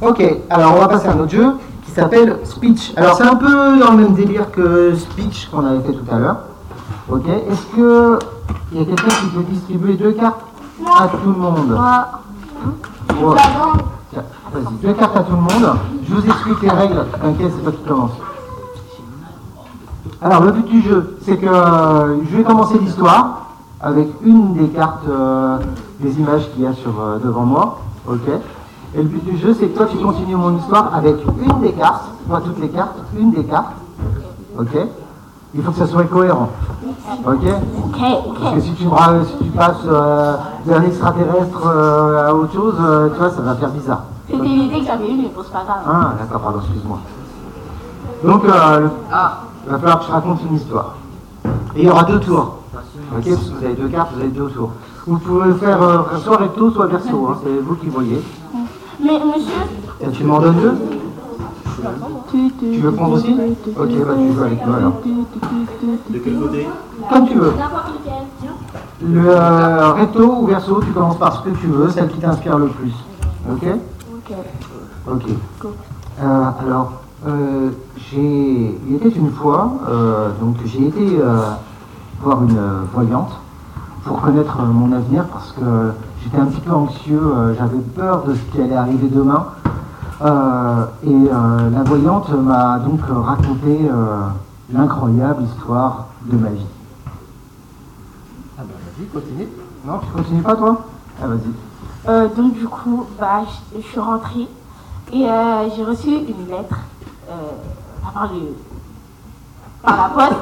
Ok, alors on va passer à un autre jeu qui s'appelle Speech. Alors c'est un peu dans le même délire que Speech qu'on avait fait tout à l'heure. Ok, est-ce que il y a quelqu'un qui peut distribuer deux cartes à tout le monde
Moi,
Ouais. Tiens, Vas-y, deux cartes à tout le monde. Je vous explique les règles. T'inquiète, c'est toi qui commence. Alors le but du jeu, c'est que euh, je vais commencer l'histoire avec une des cartes, euh, des images qu'il y a sur, euh, devant moi. Ok. Et le but du jeu, c'est que toi tu continues mon histoire avec une des cartes, pas toutes les cartes, une des cartes. Ok. Il faut que ça soit cohérent. Ok.
ok,
Parce
ok.
que si tu, bra- si tu passes euh, d'un extraterrestre euh, à autre chose, euh, tu vois, ça va faire bizarre.
C'était l'idée que j'avais eue, mais bon, c'est pas grave.
Ah, d'accord, pardon, excuse-moi. Donc, euh, le- il va falloir que je raconte une histoire. Et il y aura deux tours. Ok, parce que vous avez deux cartes, vous avez deux tours. Vous pouvez faire euh, soit recto, soit verso, hein, c'est vous qui voyez.
Mais monsieur,
Et tu m'en donnes deux Tu veux prendre aussi Ok, bah tu joues avec moi alors.
De quel côté
Comme tu veux. Le euh, recto ou verso, tu commences par ce que tu veux, celle qui t'inspire le plus. Ok Ok. Euh, alors, euh, j'ai. Il était une fois, euh, donc j'ai été euh, voir une euh, voyante pour connaître euh, mon avenir parce que j'étais un petit peu anxieux, euh, j'avais peur de ce qui allait arriver demain. Euh, et euh, la voyante m'a donc euh, raconté euh, l'incroyable histoire de ma vie. Ah bah vas-y, continue. Non, tu continues pas toi Ah vas-y.
Euh, donc du coup, bah, je, je suis rentrée et euh, j'ai reçu une lettre euh, par- par, le- par la poste.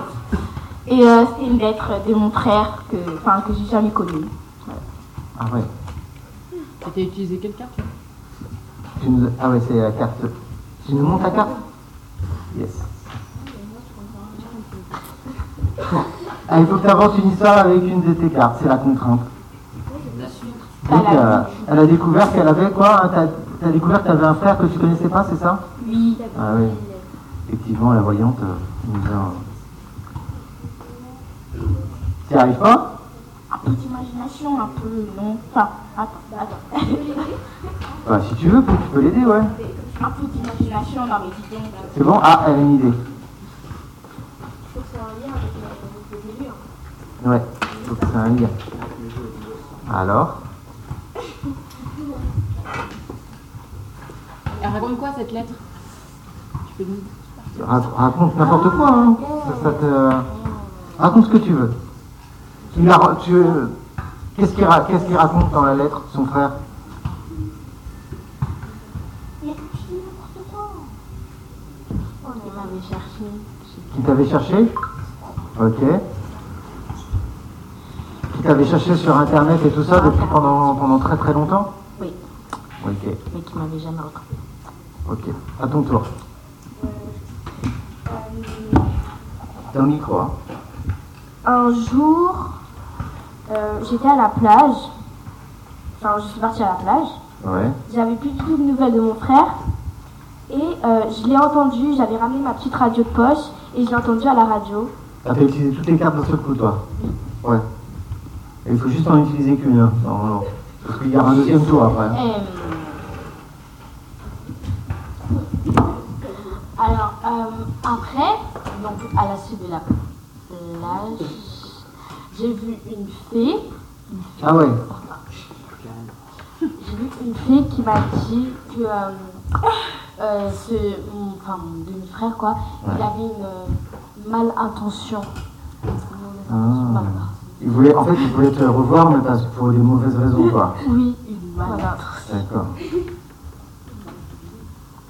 Et euh, c'était une lettre de mon frère que, enfin, que j'ai jamais connu.
Ah ouais.
Et t'as utilisé quelle carte là
Tu nous- Ah ouais, c'est la carte. Tu nous montres la carte Yes. Ah, il faut que tu avances une histoire avec une de tes cartes, c'est la contrainte. Donc,
Elle a-
euh, elle a découvert qu'elle avait quoi hein, T'as t'as découvert que t'avais un frère que tu connaissais pas, c'est ça
Oui,
Ah oui. Effectivement, la voyante euh, nous a. T'y arrives pas
un peu d'imagination, un peu non. Enfin, attends, attends.
Bah, si tu veux, tu peux l'aider, ouais.
un peu d'imagination dans mes idées.
C'est bon Ah, elle a une idée. Ouais, faut que c'est un lien. Alors
Elle raconte quoi cette lettre Tu peux nous
Rac- Raconte n'importe quoi. hein. Ça te- Raconte ce que tu veux. Tu la re- tu- Qu'est-ce qu'il ra- qu'est-ce qu'il raconte dans la lettre, son frère
On Oh, m'avait cherché.
Qui t'avait cherché Ok. Qui t'avait cherché sur internet et tout ça depuis pendant, pendant très très longtemps
Oui.
Ok,
Mais qui m'avait jamais retrouvé.
ok. À ton tour. T'es au micro, hein
Un jour, euh, j'étais à la plage. Enfin, je suis partie à la plage.
Ouais.
J'avais plus du tout de nouvelles de mon frère. Et euh, je l'ai entendu, j'avais ramené ma petite radio de poche et je l'ai entendu à la radio.
Ah, T'as pas utilisé toutes les cartes d'un seul coup, toi Ouais. Et il faut juste en utiliser qu'une, hein, normalement. Parce qu'il y aura un deuxième tour après.
Euh, Alors, euh, après, donc à la suite de la plage, j'ai vu une fée.
Ah ouais
J'ai vu une fée qui m'a dit que euh, euh, ce, mon, enfin, mon demi-frère, quoi, il avait une euh, mal intention.
Ah. Il voulait, en fait, il voulait te revoir, mais parce pour des mauvaises raisons, quoi.
Oui, une mal intention.
D'accord.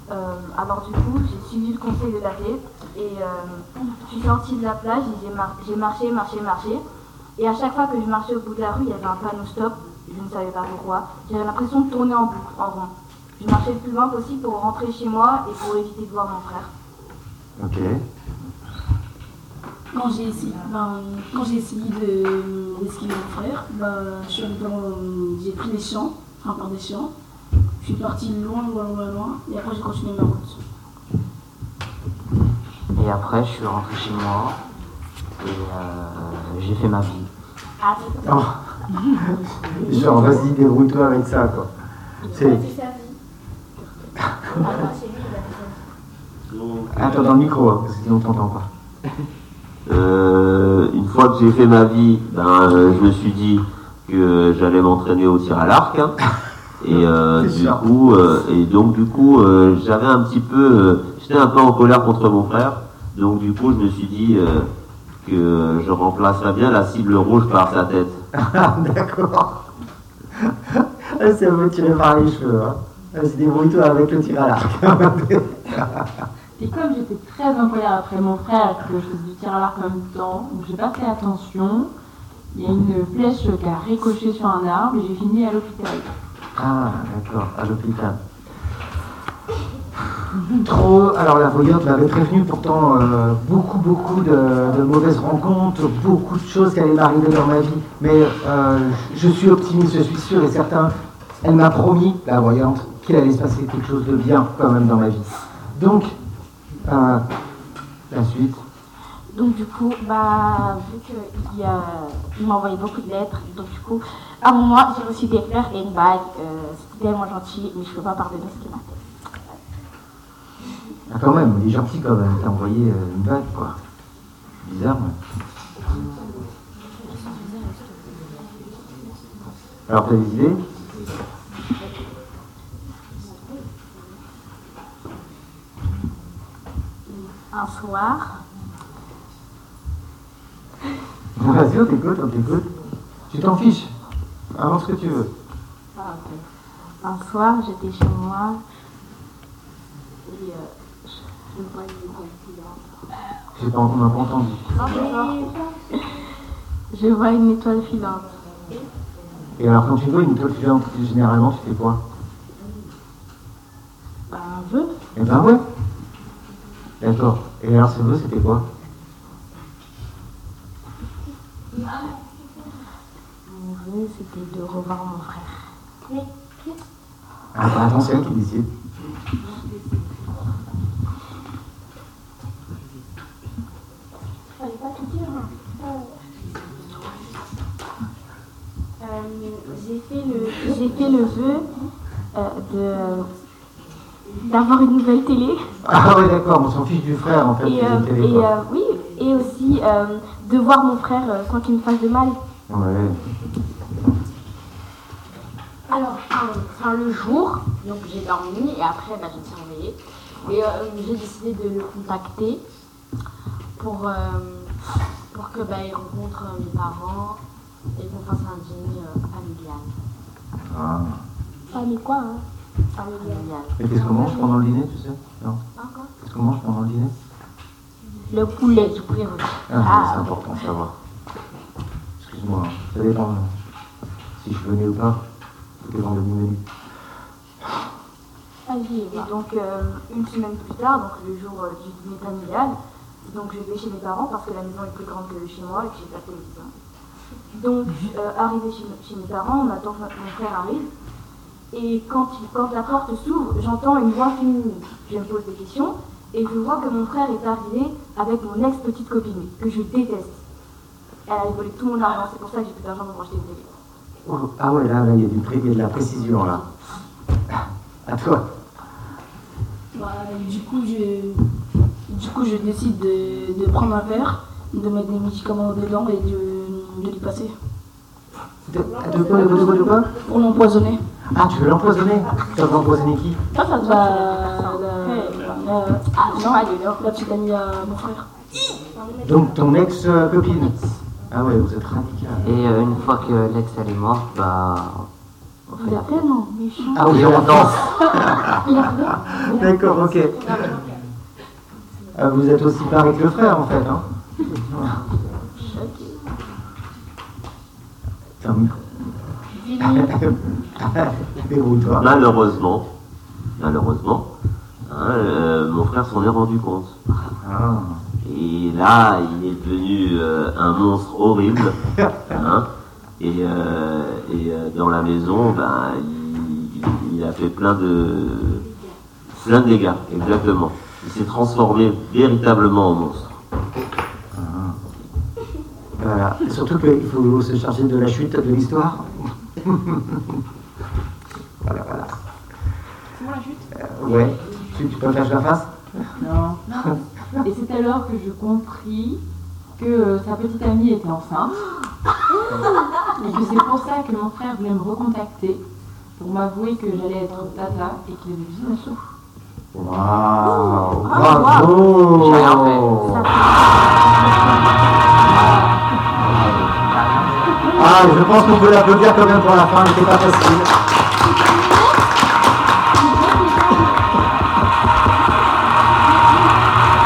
Euh, alors du coup, j'ai suivi le conseil de la fée et euh, je suis sortie de la plage et j'ai, mar- j'ai marché, marché, marché. Et à chaque fois que je marchais au bout de la rue, il y avait un panneau stop. Je ne savais pas pourquoi. J'avais l'impression de tourner en boucle, en rond. Je marchais le plus loin possible pour rentrer chez moi et pour éviter de voir mon frère.
Ok.
Quand j'ai essayé, ben, quand j'ai essayé de d'esquiver mon frère, ben, je suis allée dans- j'ai pris des champs, enfin par des champs. Je suis partie loin, loin, loin, loin, et après j'ai continué ma route.
Et après, je suis rentré chez moi et euh, j'ai fait ma vie.
Oh. Genre, vas-y, débrouille-toi avec ça, quoi. C'est... Attends, dans le micro, hein, parce que sinon on t'entend pas.
Euh, une fois que j'ai fait ma vie, ben, euh, je me suis dit que euh, j'allais m'entraîner au tir à l'arc. hein. Et euh,
C'est
du
sûr.
coup, euh, et donc du coup, euh, j'avais un petit peu, euh, j'étais un peu en colère contre mon frère. Donc du coup, je me suis dit euh, que je remplacerais bien la cible rouge par sa tête.
Ah, d'accord. Ah, Ça veut tirer par les cheveux, hein. Vas-y, débrouille-toi avec le tir à l'arc.
Et comme j'étais très en colère après mon frère, que je faisais du tir à l'arc en même temps, donc j'ai pas fait attention. Il y a une flèche qui a ricoché sur un arbre et j'ai fini à l'hôpital.
Ah, d'accord, à l'hôpital. Trop. Alors, la voyante m'avait prévenu, pourtant, euh, beaucoup, beaucoup de, de mauvaises rencontres, beaucoup de choses qui allaient m'arriver dans ma vie. Mais euh, je je suis optimiste, je suis sûr et certain. Elle m'a promis, la voyante, qu'il allait se passer quelque chose de bien quand même dans ma vie. Donc, euh, la suite.
Donc du coup, bah, vu qu'il euh, il m'a envoyé beaucoup de lettres, donc du coup, à un moment, j'ai reçu des fleurs et une bague. euh, C'était tellement gentil, mais je peux pas pardonner ce qu'il m'a fait.
Ah, quand même, il est gentil quand même, t'as envoyé euh, une bague, quoi. Bizarre, mais. Alors, t'as des idées
Un soir,
Vas-y, on t'écoute, on t'écoute. Tu t'en fiches. Avance ce que tu veux.
un soir, j'étais chez moi et euh, je, je voyais
J'ai pas, on n'a pas entendu.
Ah
une étoile filante. Je vois une étoile filante.
Et alors, quand tu vois une étoile filante, généralement, tu fais quoi
Bah, un vœu.
Eh ben ouais. D'accord. Et alors, ce vœu, c'était quoi
Mon vœu, c'était de revoir mon frère.
Ah, bah, attends, c'est elle qui décide.
Fallait pas tout dire. hein.
Euh, j'ai fait le j'ai fait le vœu euh, de d'avoir une nouvelle télé
Ah ouais, d'accord, on s'en fiche du frère, en fait.
et,
qui
euh,
était
et,
quoi.
euh, oui et aussi euh, de euh, voir mon frère euh, sans qu'il me fasse de mal
Ouais.
Alors, enfin, enfin, le jour, donc j'ai dormi et après bah, je me suis réveillée. Et euh, j'ai décidé de le contacter pour, euh, pour que bah, il rencontre euh, mes parents et qu'on fasse un dîner euh, familial.
Ah.
Ah, mais quoi, hein
Familial.
Et qu'est-ce qu'on mange pendant le dîner, tu sais Non. Qu'est-ce qu'on mange pendant le dîner
Le poulet du Pérou.
Ah, c'est important de savoir. Excuse-moi, hein, ça dépend hein, si je venais ou pas. Quel genre de menu
Et
Ah donc, euh, une semaine plus tard, donc le jour euh, du dîner familial, donc je vais chez mes parents parce que la maison est plus grande que chez moi et que j'ai pas de télévision.
Mhm.
Donc, euh, arrivé chez, chez mes parents, on attend que mon frère arrive. Et quand, il- quand la porte s'ouvre, j'entends une voix féminine. Je me pose des questions et je vois que mon frère est arrivé avec mon ex-petite copine, que je déteste. Elle a volé tout mon argent, c'est pour ça que j'ai plus d'argent pour acheter une télé.
Oh, Ah ouais, là, là, il y a du pré- il y a de la précision, là. Ah, À toi.
Bah, du coup, je, du coup, je décide de, de prendre un verre, de mettre des médicaments dedans et de, de lui passer.
De, de quoi, de quoi, de quoi, de quoi
Pour l'empoisonner.
Ah, tu veux l'empoisonner Tu vas empoisonner qui
Ça, ça doit Ah non, la petite amie à mon frère.
Donc, ton ex-copine. Ah ouais, vous êtes radical.
Et euh, une fois que l'ex elle est morte, bah. on fait
Il
la
est tellement méchant.
Ah oui,
Et
on
on
danse.
danse.
D'accord, ok. Ah, vous êtes aussi pareil que le frère, en fait, hein T'as un micro. Débrouille-toi.
Malheureusement, malheureusement, hein, euh, mon frère s'en est rendu compte.
Ah,
Et là, il est devenu euh, un monstre horrible. hein. et euh, et, euh, dans la maison, ben, il, il a fait plein de, plein de dégâts, exactement. Il s'est transformé véritablement en monstre.
Voilà. Surtout qu'il faut se charger de la chute de l'histoire. voilà, voilà.
C'est moi la chute
Euh, ouais. Tu, tu peux me faire que je la face
Non. Et c'est alors que je compris que euh, sa petite amie était enceinte. Et que c'est pour ça que mon frère voulait me recontacter pour m'avouer que j'allais être tata et qu'il avait besoin de souffle.
Waouh Ah, Bravo
J'ai rien fait.
Ah, je pense qu'on peut l'applaudir quand même pour la fin, c'était pas facile.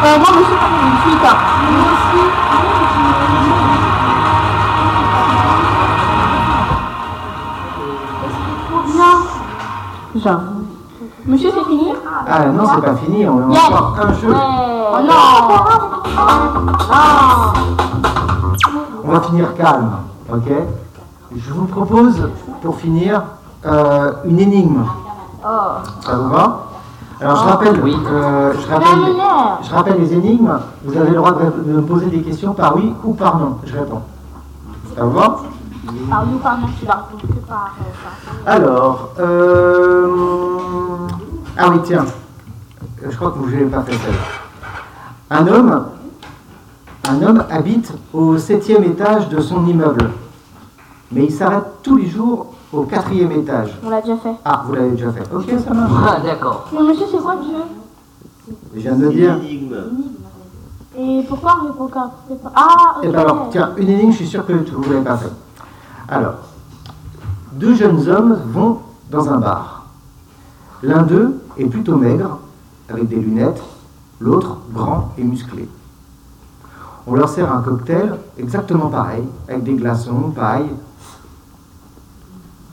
Euh, moi, monsieur, je suis pas.
J'avoue.
Monsieur, c'est fini
Ah non, c'est pas fini, on a
Yes.
encore un jeu.
Oh non Non
On va finir calme, ok Je vous propose, pour finir, euh, une énigme. Ça vous va Alors je rappelle, euh, je, rappelle, je rappelle les énigmes. Vous avez le droit de, de me poser des questions par oui ou par non. Je réponds. Ça vous va
Par nous, par non, tu la réponds que par. euh, par-
Alors, euh... ah oui, tiens, je crois que vous ne l'avez pas fait celle-là. Un homme, un homme habite au septième étage de son immeuble, mais il s'arrête tous les jours au quatrième étage.
On l'a déjà fait.
Ah, vous l'avez déjà fait. Ok, ça
Ah,
marche.
d'accord.
Mais monsieur, c'est quoi le jeu
Je viens de le dire.
Et pourquoi on répond quand c'est pas- Ah, ok.
Et Eh ben alors, tiens, une énigme, je suis sûr que tu- vous ne l'avez pas fait. Alors, deux jeunes hommes vont dans un bar. L'un d'eux est plutôt maigre, avec des lunettes, l'autre grand et musclé. On leur sert un cocktail exactement pareil, avec des glaçons, paille.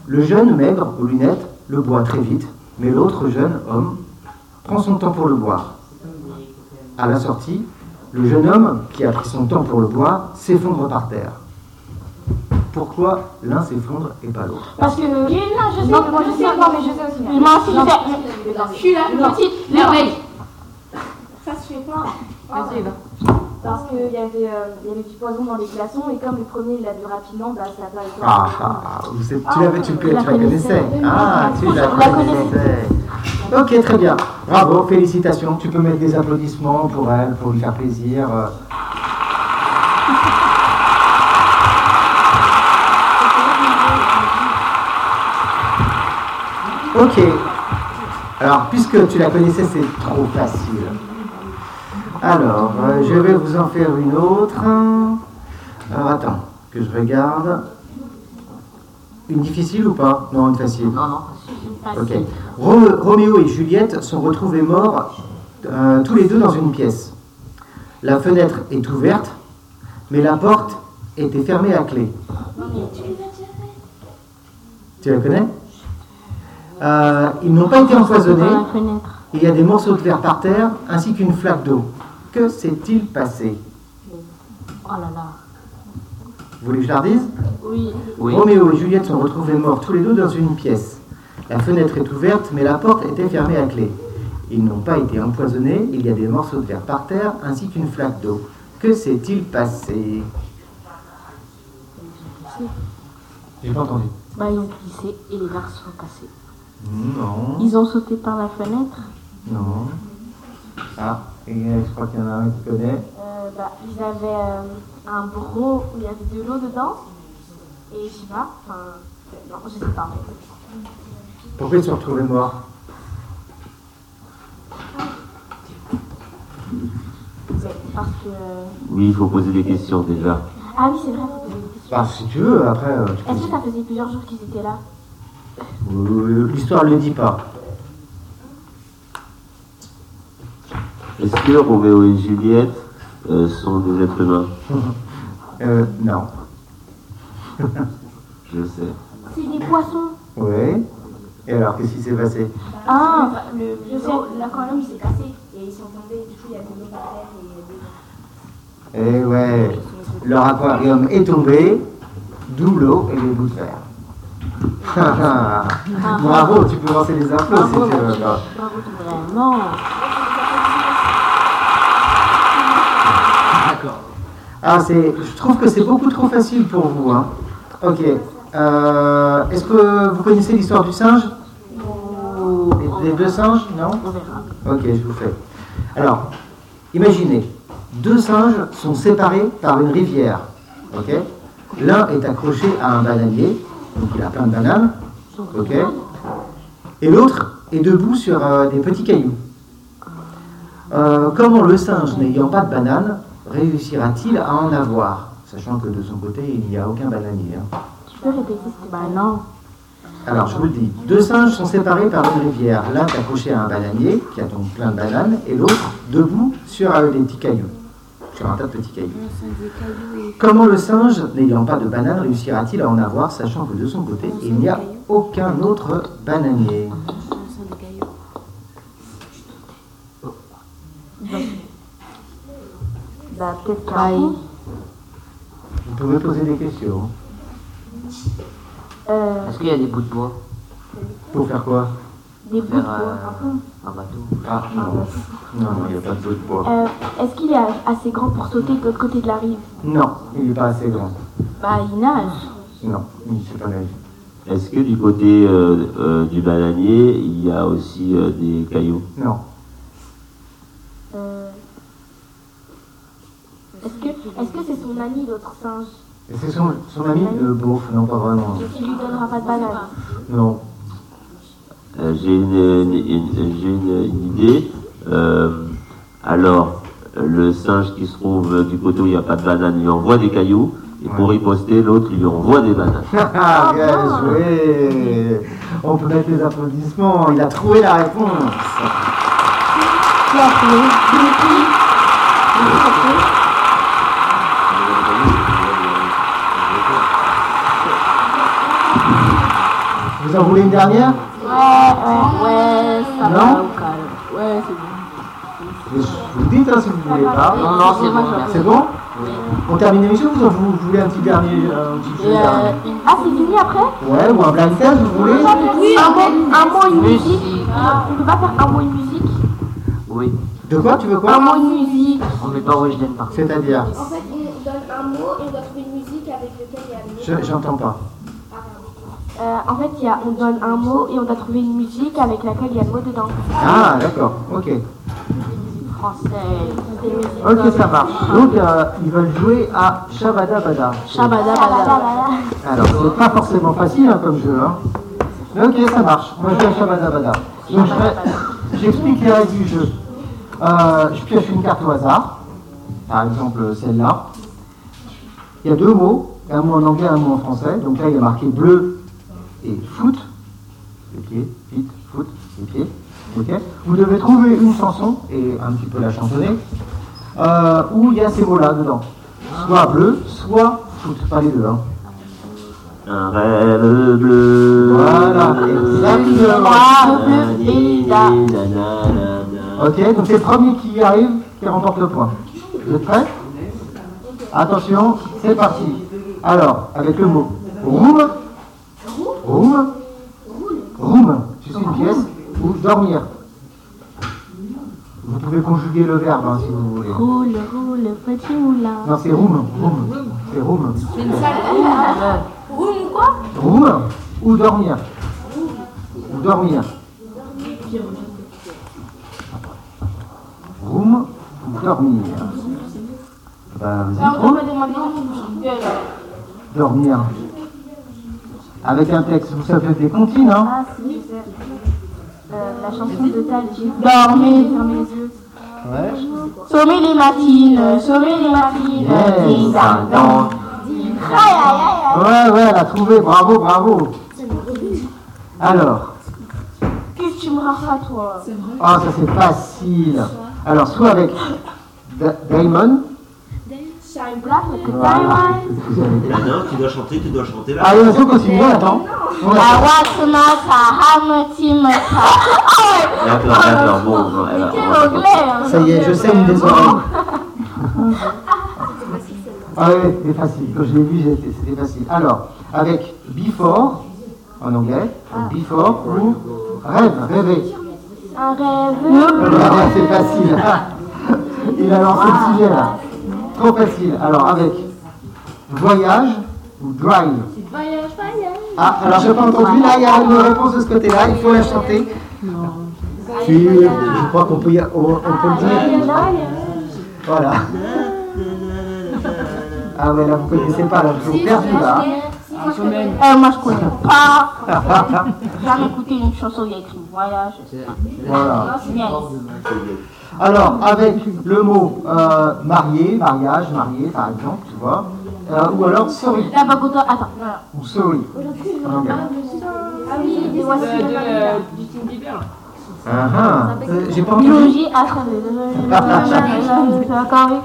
Le jeune maigre aux lunettes le boit très vite, mais l'autre jeune homme prend son temps pour le boire. À la sortie, le jeune homme, qui a pris son temps pour le boire, s'effondre par terre. Pourquoi l'un s'effondre et pas l'autre
Parce que. Non, je
Non, moi, je sais, non, mais je sais aussi.
Mais moi aussi, je
Non.
sais.
Je suis la
Non.
petite
Non.
merveille.
Ça se fait pas.
Vas-y, va.
Parce qu'il y, avait, euh, il y avait du poison dans les glaçons et comme le premier il l'a bu rapidement, bah, ça n'a pas été.
Ah, ah, vous savez- tu l'avais, tu, le- tu
Je la
la connaissais.
connaissais.
Ah, tu la
Je la connaissais.
connaissais. Ok, très bien. Bravo, félicitations. Tu peux mettre des applaudissements pour elle, pour lui faire plaisir. euh. Ok. Alors, puisque tu la connaissais, c'est trop facile. Alors, euh, je vais vous en faire une autre. Alors, attends, que je regarde. Une difficile ou pas Non, une facile. Non, non. Ok. Ro- Roméo et Juliette sont retrouvés morts euh, tous les deux dans une pièce. La fenêtre est ouverte, mais la porte était fermée à clé. Tu la connais Euh, Ils n'ont pas été empoisonnés.
Dans la fenêtre.
Il y a des morceaux de verre par terre ainsi qu'une flaque d'eau. Que s'est-il passé
Oh là là.
Vous voulez que je la redise
Oui.
Roméo et Juliette sont retrouvés morts tous les deux dans une pièce. La fenêtre est ouverte, mais la porte était fermée à clé. Ils n'ont pas été empoisonnés, il y a des morceaux de verre par terre ainsi qu'une flaque d'eau. Que s'est-il passé J'ai pas entendu.
Bah, ils ont glissé et les verres sont cassés.
Non.
Ils ont sauté par la fenêtre.
Non. Ah, et euh, je crois qu'il y en a un qui connaît.
Euh, bah, ils avaient euh, un bureau où il y avait de l'eau dedans. Et je sais pas, enfin, non, je sais pas.
Pourquoi ils se sont retrouvés morts
Mais parce que. euh,
Oui, il faut poser des questions déjà.
Ah oui, c'est vrai, faut poser des questions.
Bah, si tu veux, après. euh, tu peux-
Est-ce que ça faisait plusieurs jours qu'ils étaient là
Euh, L'histoire ne le dit pas.
Est-ce que Roméo et Juliette euh, sont des êtres humains
Euh, non.
Je sais.
C'est des poissons.
Oui. Et alors, qu'est-ce qui s'est passé
Ah,
le,
je sais.
le- l'aquarium s'est cassé et ils sont tombés. Du coup, il y a des l'eau par terre et il y a des-
Eh ouais, leur aquarium est tombé, d'où l'eau et les bouts de verre. Bravo, tu peux lancer les infos si tu veux.
Vraiment.
D'accord. Ah, c'est, je trouve que c'est beaucoup trop facile pour vous. hein. Ok. Euh, est-ce que vous connaissez l'histoire du singe Ou des, des deux singes Non Ok, je vous fais. Alors, imaginez, deux singes sont séparés par une rivière. Ok L'un est accroché à un bananier, donc il a plein de bananes. Ok Et l'autre est debout sur euh, des petits cailloux. Euh, comment le singe n'ayant pas de banane réussira-t-il à en avoir Sachant que de son côté, il n'y a aucun bananier. hein.
Tu peux répéter ce Bah non.
Alors, je vous le dis, deux singes sont séparés par une rivière. L'un est accroché à un bananier, qui a donc plein de bananes, et l'autre debout sur euh, des petits cailloux. Sur un tas de petits cailloux. Comment le singe, n'ayant pas de banane, réussira-t-il à en avoir, sachant que de son côté, il n'y a aucun autre bananier
Bah peut-être qu'un
Vous pouvez poser des questions.
euh,
Est-ce qu'il y a des bouts de bois
Pour faire quoi
des bouts de
Faire,
bois.
euh, un bateau
Ah, non. Non, non, il n'y a pas de bout de bois.
Euh,
Est-ce qu'il est assez grand pour sauter de l'autre côté de la rive
Non, il n'est pas assez grand.
bah il nage.
Non, il ne sait pas nager.
Est-ce que du côté euh, euh, du bananier, il y a aussi euh, des cailloux
Non.
Euh, Est-ce que est-ce que c'est son ami, l'autre singe
Et C'est son, son ami le beauf, non pas vraiment.
qui lui donnera pas de banane
Non.
Euh, J'ai une, une- une- j'ai une- une idée. Euh, alors, euh, le singe qui se trouve euh, du côté où il n'y a pas de banane lui envoie des cailloux. Et pour riposter, l'autre lui envoie des bananes.
Ah, bien joué On peut mettre les applaudissements, il a trouvé la réponse. Vous en voulez une dernière
Ouais, ça va
Ah,
Non
au calme. Ouais, c'est bon.
Mais Je vous le dites hein, si vous ne voulez pas.
Non, non, c'est bon, merci.
C'est bon On termine l'émission vous, en- vous voulez un petit dernier euh, un petit jeu dernier
Ah, c'est fini après
Ouais, ou un blind test, vous voulez
un, mot, un mot, une
Musique.
musique. On peut pas faire un mot, une musique
Oui,
De quoi Tu veux
Un
Ah,
quoi
mot, une musique.
on met pas Weshden par contre.
C'est-à-dire
En fait, on donne un mot et on doit trouver une musique avec laquelle il y a le mot.
Je- J'entends pas.
Euh, en fait, il y a, on donne un mot et on doit trouver une musique avec laquelle il y a le mot dedans.
Ah, d'accord, ok.
Français.
Des musiques.
Ok, ça marche. Donc, euh, ils veulent jouer à Shabada Bada.
Shabada bada.
Alors, c'est pas forcément facile hein, comme jeu. Hein. Ok, ça marche. Moi, je pioche Shabazabada. Donc, je fais- j'explique les règles du jeu. Euh, je pioche une carte au hasard. Par exemple, celle-là. Il y a deux mots. Un mot en anglais, un mot en français. Donc là, il y a marqué bleu et foot. Les pieds, vite, foot, les pieds. Ok. Vous devez trouver une chanson et un petit peu la chansonner. euh, où il y a ces mots-là dedans. Soit bleu, soit foot. Pas les deux. hein.
Un rêve bleu.
Voilà, exactement. Ok, donc c'est le premier qui arrive qui remporte le point. Vous êtes prêts Attention, c'est parti. Alors, avec le mot room, room, room, je suis une pièce où dormir. Vous pouvez conjuguer le verbe hein, si vous voulez.
Roule, roule, petit moulin.
Non, c'est room, room, c'est room.
C'est une salle. Roule ou quoi
Room ou dormir Ou dormir. Room ou dormir Bah, vous dites
Alors, on
room,
va demander un
dormir. Avec un texte, vous savez des comptines, hein
Ah, si. Euh, la chanson de Tal.
Dormez.
Fermez les yeux.
Ouais.
Sommet les matines, sommet les matines,
Yes.
ding dong. Aïe aïe aïe.
Ouais, ouais, elle a trouvé, bravo, bravo. Alors,
Qu'est-ce que tu me racontes toi C'est vrai.
ah, ça c'est facile. Alors, soit avec Da- Damon.
Shine black with the
Voilà.
diamond.
Il y en a un qui doit chanter, Bah tu dois chanter là.
Allez, vas-y, on continue, on attend. On attend.
I want to know how much you must have.
D'accord, d'accord, bon, bon, alors, on va-
hein.
Ça y est, je saigne des oreilles. Ah oui, c'était facile. Quand je l'ai vu, j'étais- c'était facile. Alors, avec before, en anglais, before ou rêve, rêver.
Un rêve.
Ah, c'est facile. Il a lancé le sujet là. Trop facile. Alors, avec voyage ou drive.
Voyage, voyage.
Ah, alors j'ai pas entendu. Là, il y a une réponse de ce côté-là. Il faut la chanter. Si, euh, je crois qu'on peut, y- on- on peut le dire. Voilà. Ah ouais, là vous connaissez pas, là je vous perdu là.
Euh, moi je connais pas. J'ai jamais écouté une chanson où il y a écrit voyage.
Voilà.
Yes.
Alors, avec le mot euh, marié, mariage, marié par exemple, tu vois, euh, ou alors sorry,
La bagoda, attends. voilà.
ou sorry. En anglais.
Ah oui, des voici de
Euh,
Maria.
Ah, ah, euh, j'ai pas entendu.
Biologie, attendez. D'accord, oui.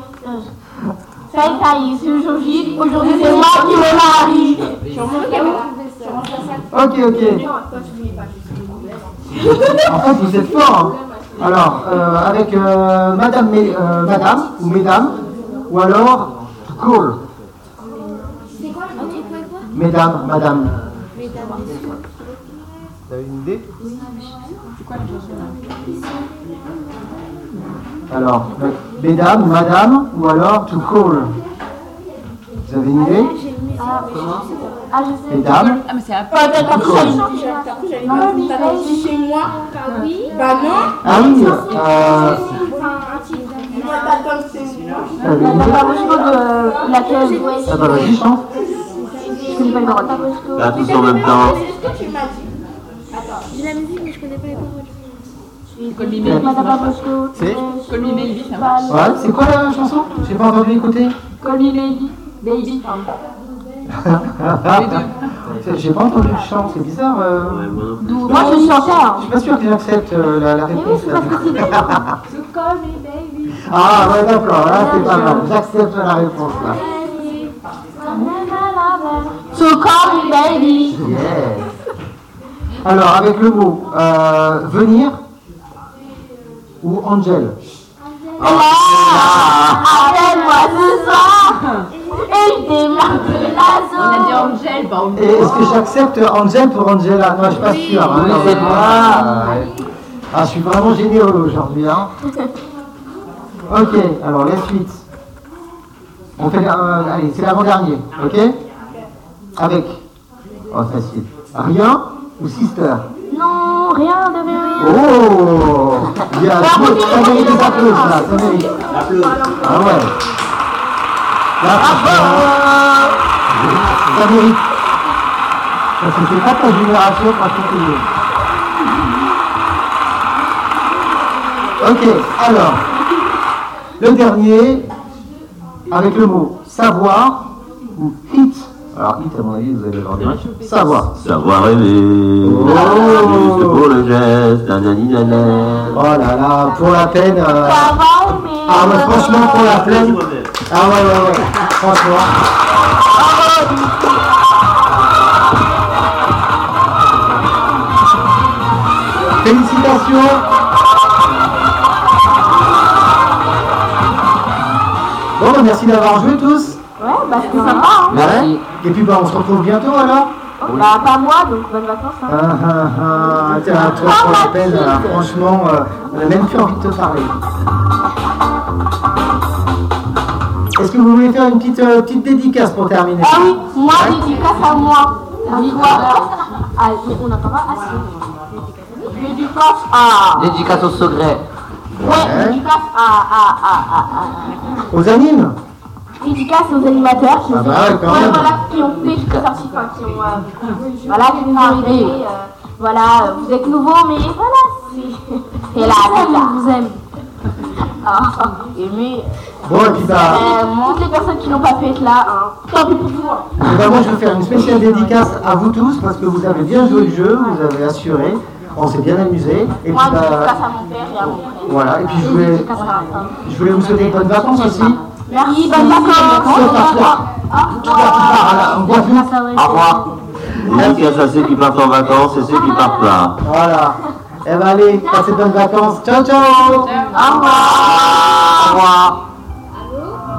Ça y est, ça y est, c'est aujourd'hui. Aujourd'hui, c'est moi qui me marie.
Ok, ok. En fait, vous êtes fort. Alors, euh, avec euh, madame, mais- euh, madame, ou mesdames, ou alors to call,
C'est quoi le truc, quoi, quoi
mesdames, madame.
Mais t'as
T'as une idée Alors, donc, mesdames, madame, ou alors to call. Vous avez une idée
Ah, je sais.
Mesdames
Ah, mais c'est à
Pas d'accord, je suis
J'avais pas entendu parler chez moi. Bah Ah oui. Bah non.
Ah oui, euh,
Enfin, un titre.
vous avez une idée
La Babosco de laquelle
Ah bah vas-y, chante.
Je connais pas les paroles.
Là, tous en même temps.
J'ai la musique, mais je connais pas les paroles.
Madame Babosco.
C'est
Call me baby, ça
Bah,
marche.
Ouais, c'est quoi la chanson J'ai pas entendu écouter.
Call me baby. Baby, pardon.
C'est- J'ai pas entendu le chant, c'est bizarre. euh.
Moi, je suis chanteur.
Je suis pas sûr qu'ils acceptent euh, la, euh, la
Mais oui,
réponse.
c'est
là.
parce que c'est dur.
Call me baby.
Ah ouais, d'accord, là c'est pas mal. J'accepte la réponse là.
So call me baby.
Yes. Alors, avec le mot euh, venir ou angel.
Appelle-moi ce soir. Et je démarre de la
On a dit
zone.
Angèle, bah, on
Et est-ce que j'accepte angel pour Angela Non, je suis pas sûr. hein.
Oui, c'est
ah, ouais. Ah, je suis vraiment généreux aujourd'hui. Hein. Ok, alors la suite. On fait, euh, allez, c'est l'avant-dernier, ok Avec, oh facile, rien ou sister
Non, rien de rien.
Oh Il y a ça mérite des applaudissements, là, ça mérite. Ah ouais. Ah Là, franchement, Ça mérite. Parce que c'est pas ta génération franchement qui est. Ok, alors, le dernier, avec le mot savoir ou hit. Alors hit à mon avis, vous allez voir bien. Savoir.
Savoir aimer.
Oh.
Juste pour le geste. nanani, nana.
Oh là là, pour la peine. euh, Ah ouais, franchement, pour la peine. Ah ouais, ouais, ouais. Franchement. Félicitations. Bon, bah, merci d'avoir joué tous.
Ouais, bah c'était sympa, hein.
Ouais. Et puis bah, on se retrouve bientôt alors.
Bah pas moi, donc bonnes vacances, hein.
Ah, ah, ah, tiens, toi, pour la peine, là, franchement, euh, on n'a même plus envie de te parler. Est-ce que vous voulez faire une petite, euh, petite dédicace pour terminer
Ah oui, moi, dédicace à moi. Ah, mais on n'a pas assez. Dédicace à...
Dédicace au secret.
Hein
Ouais, dédicace à... à- à- à-
Aux animes
à- Dédicace aux animateurs qui
Ah
ont...
bah ouais, quand
Ouais,
même.
voilà, qui ont fait jusqu'à sortie, enfin, qui ont... euh, Voilà, qui sont
Ah,
arrivés. euh, Voilà, euh, vous êtes nouveaux, mais voilà, c'est... C'est là, c'est là. vous aime. Ah, Aimer...
Bon, et puis bah,
Euh, toutes les personnes qui n'ont pas pu être là, hein, tant pis pour vous. hein.
eh ben, moi je veux faire une spéciale dédicace à vous tous parce que vous avez bien joué le jeu, vous avez assuré, on s'est bien amusé. Et puis
Moi, je
bah,
dédicace à mon père et à mon frère.
voilà, et puis je voulais,
Dédicace à ma femme.
je voulais vous souhaiter bonnes vacances aussi.
Merci, bonne vacances.
Sauf à toi, toi qui pars à la- en Guadeloupe.
Au revoir. Dédicace à ceux qui partent en vacances et ceux qui partent pas.
Voilà. Eh ben allez, passez de bonnes vacances. Ciao, ciao. Au revoir. Au revoir.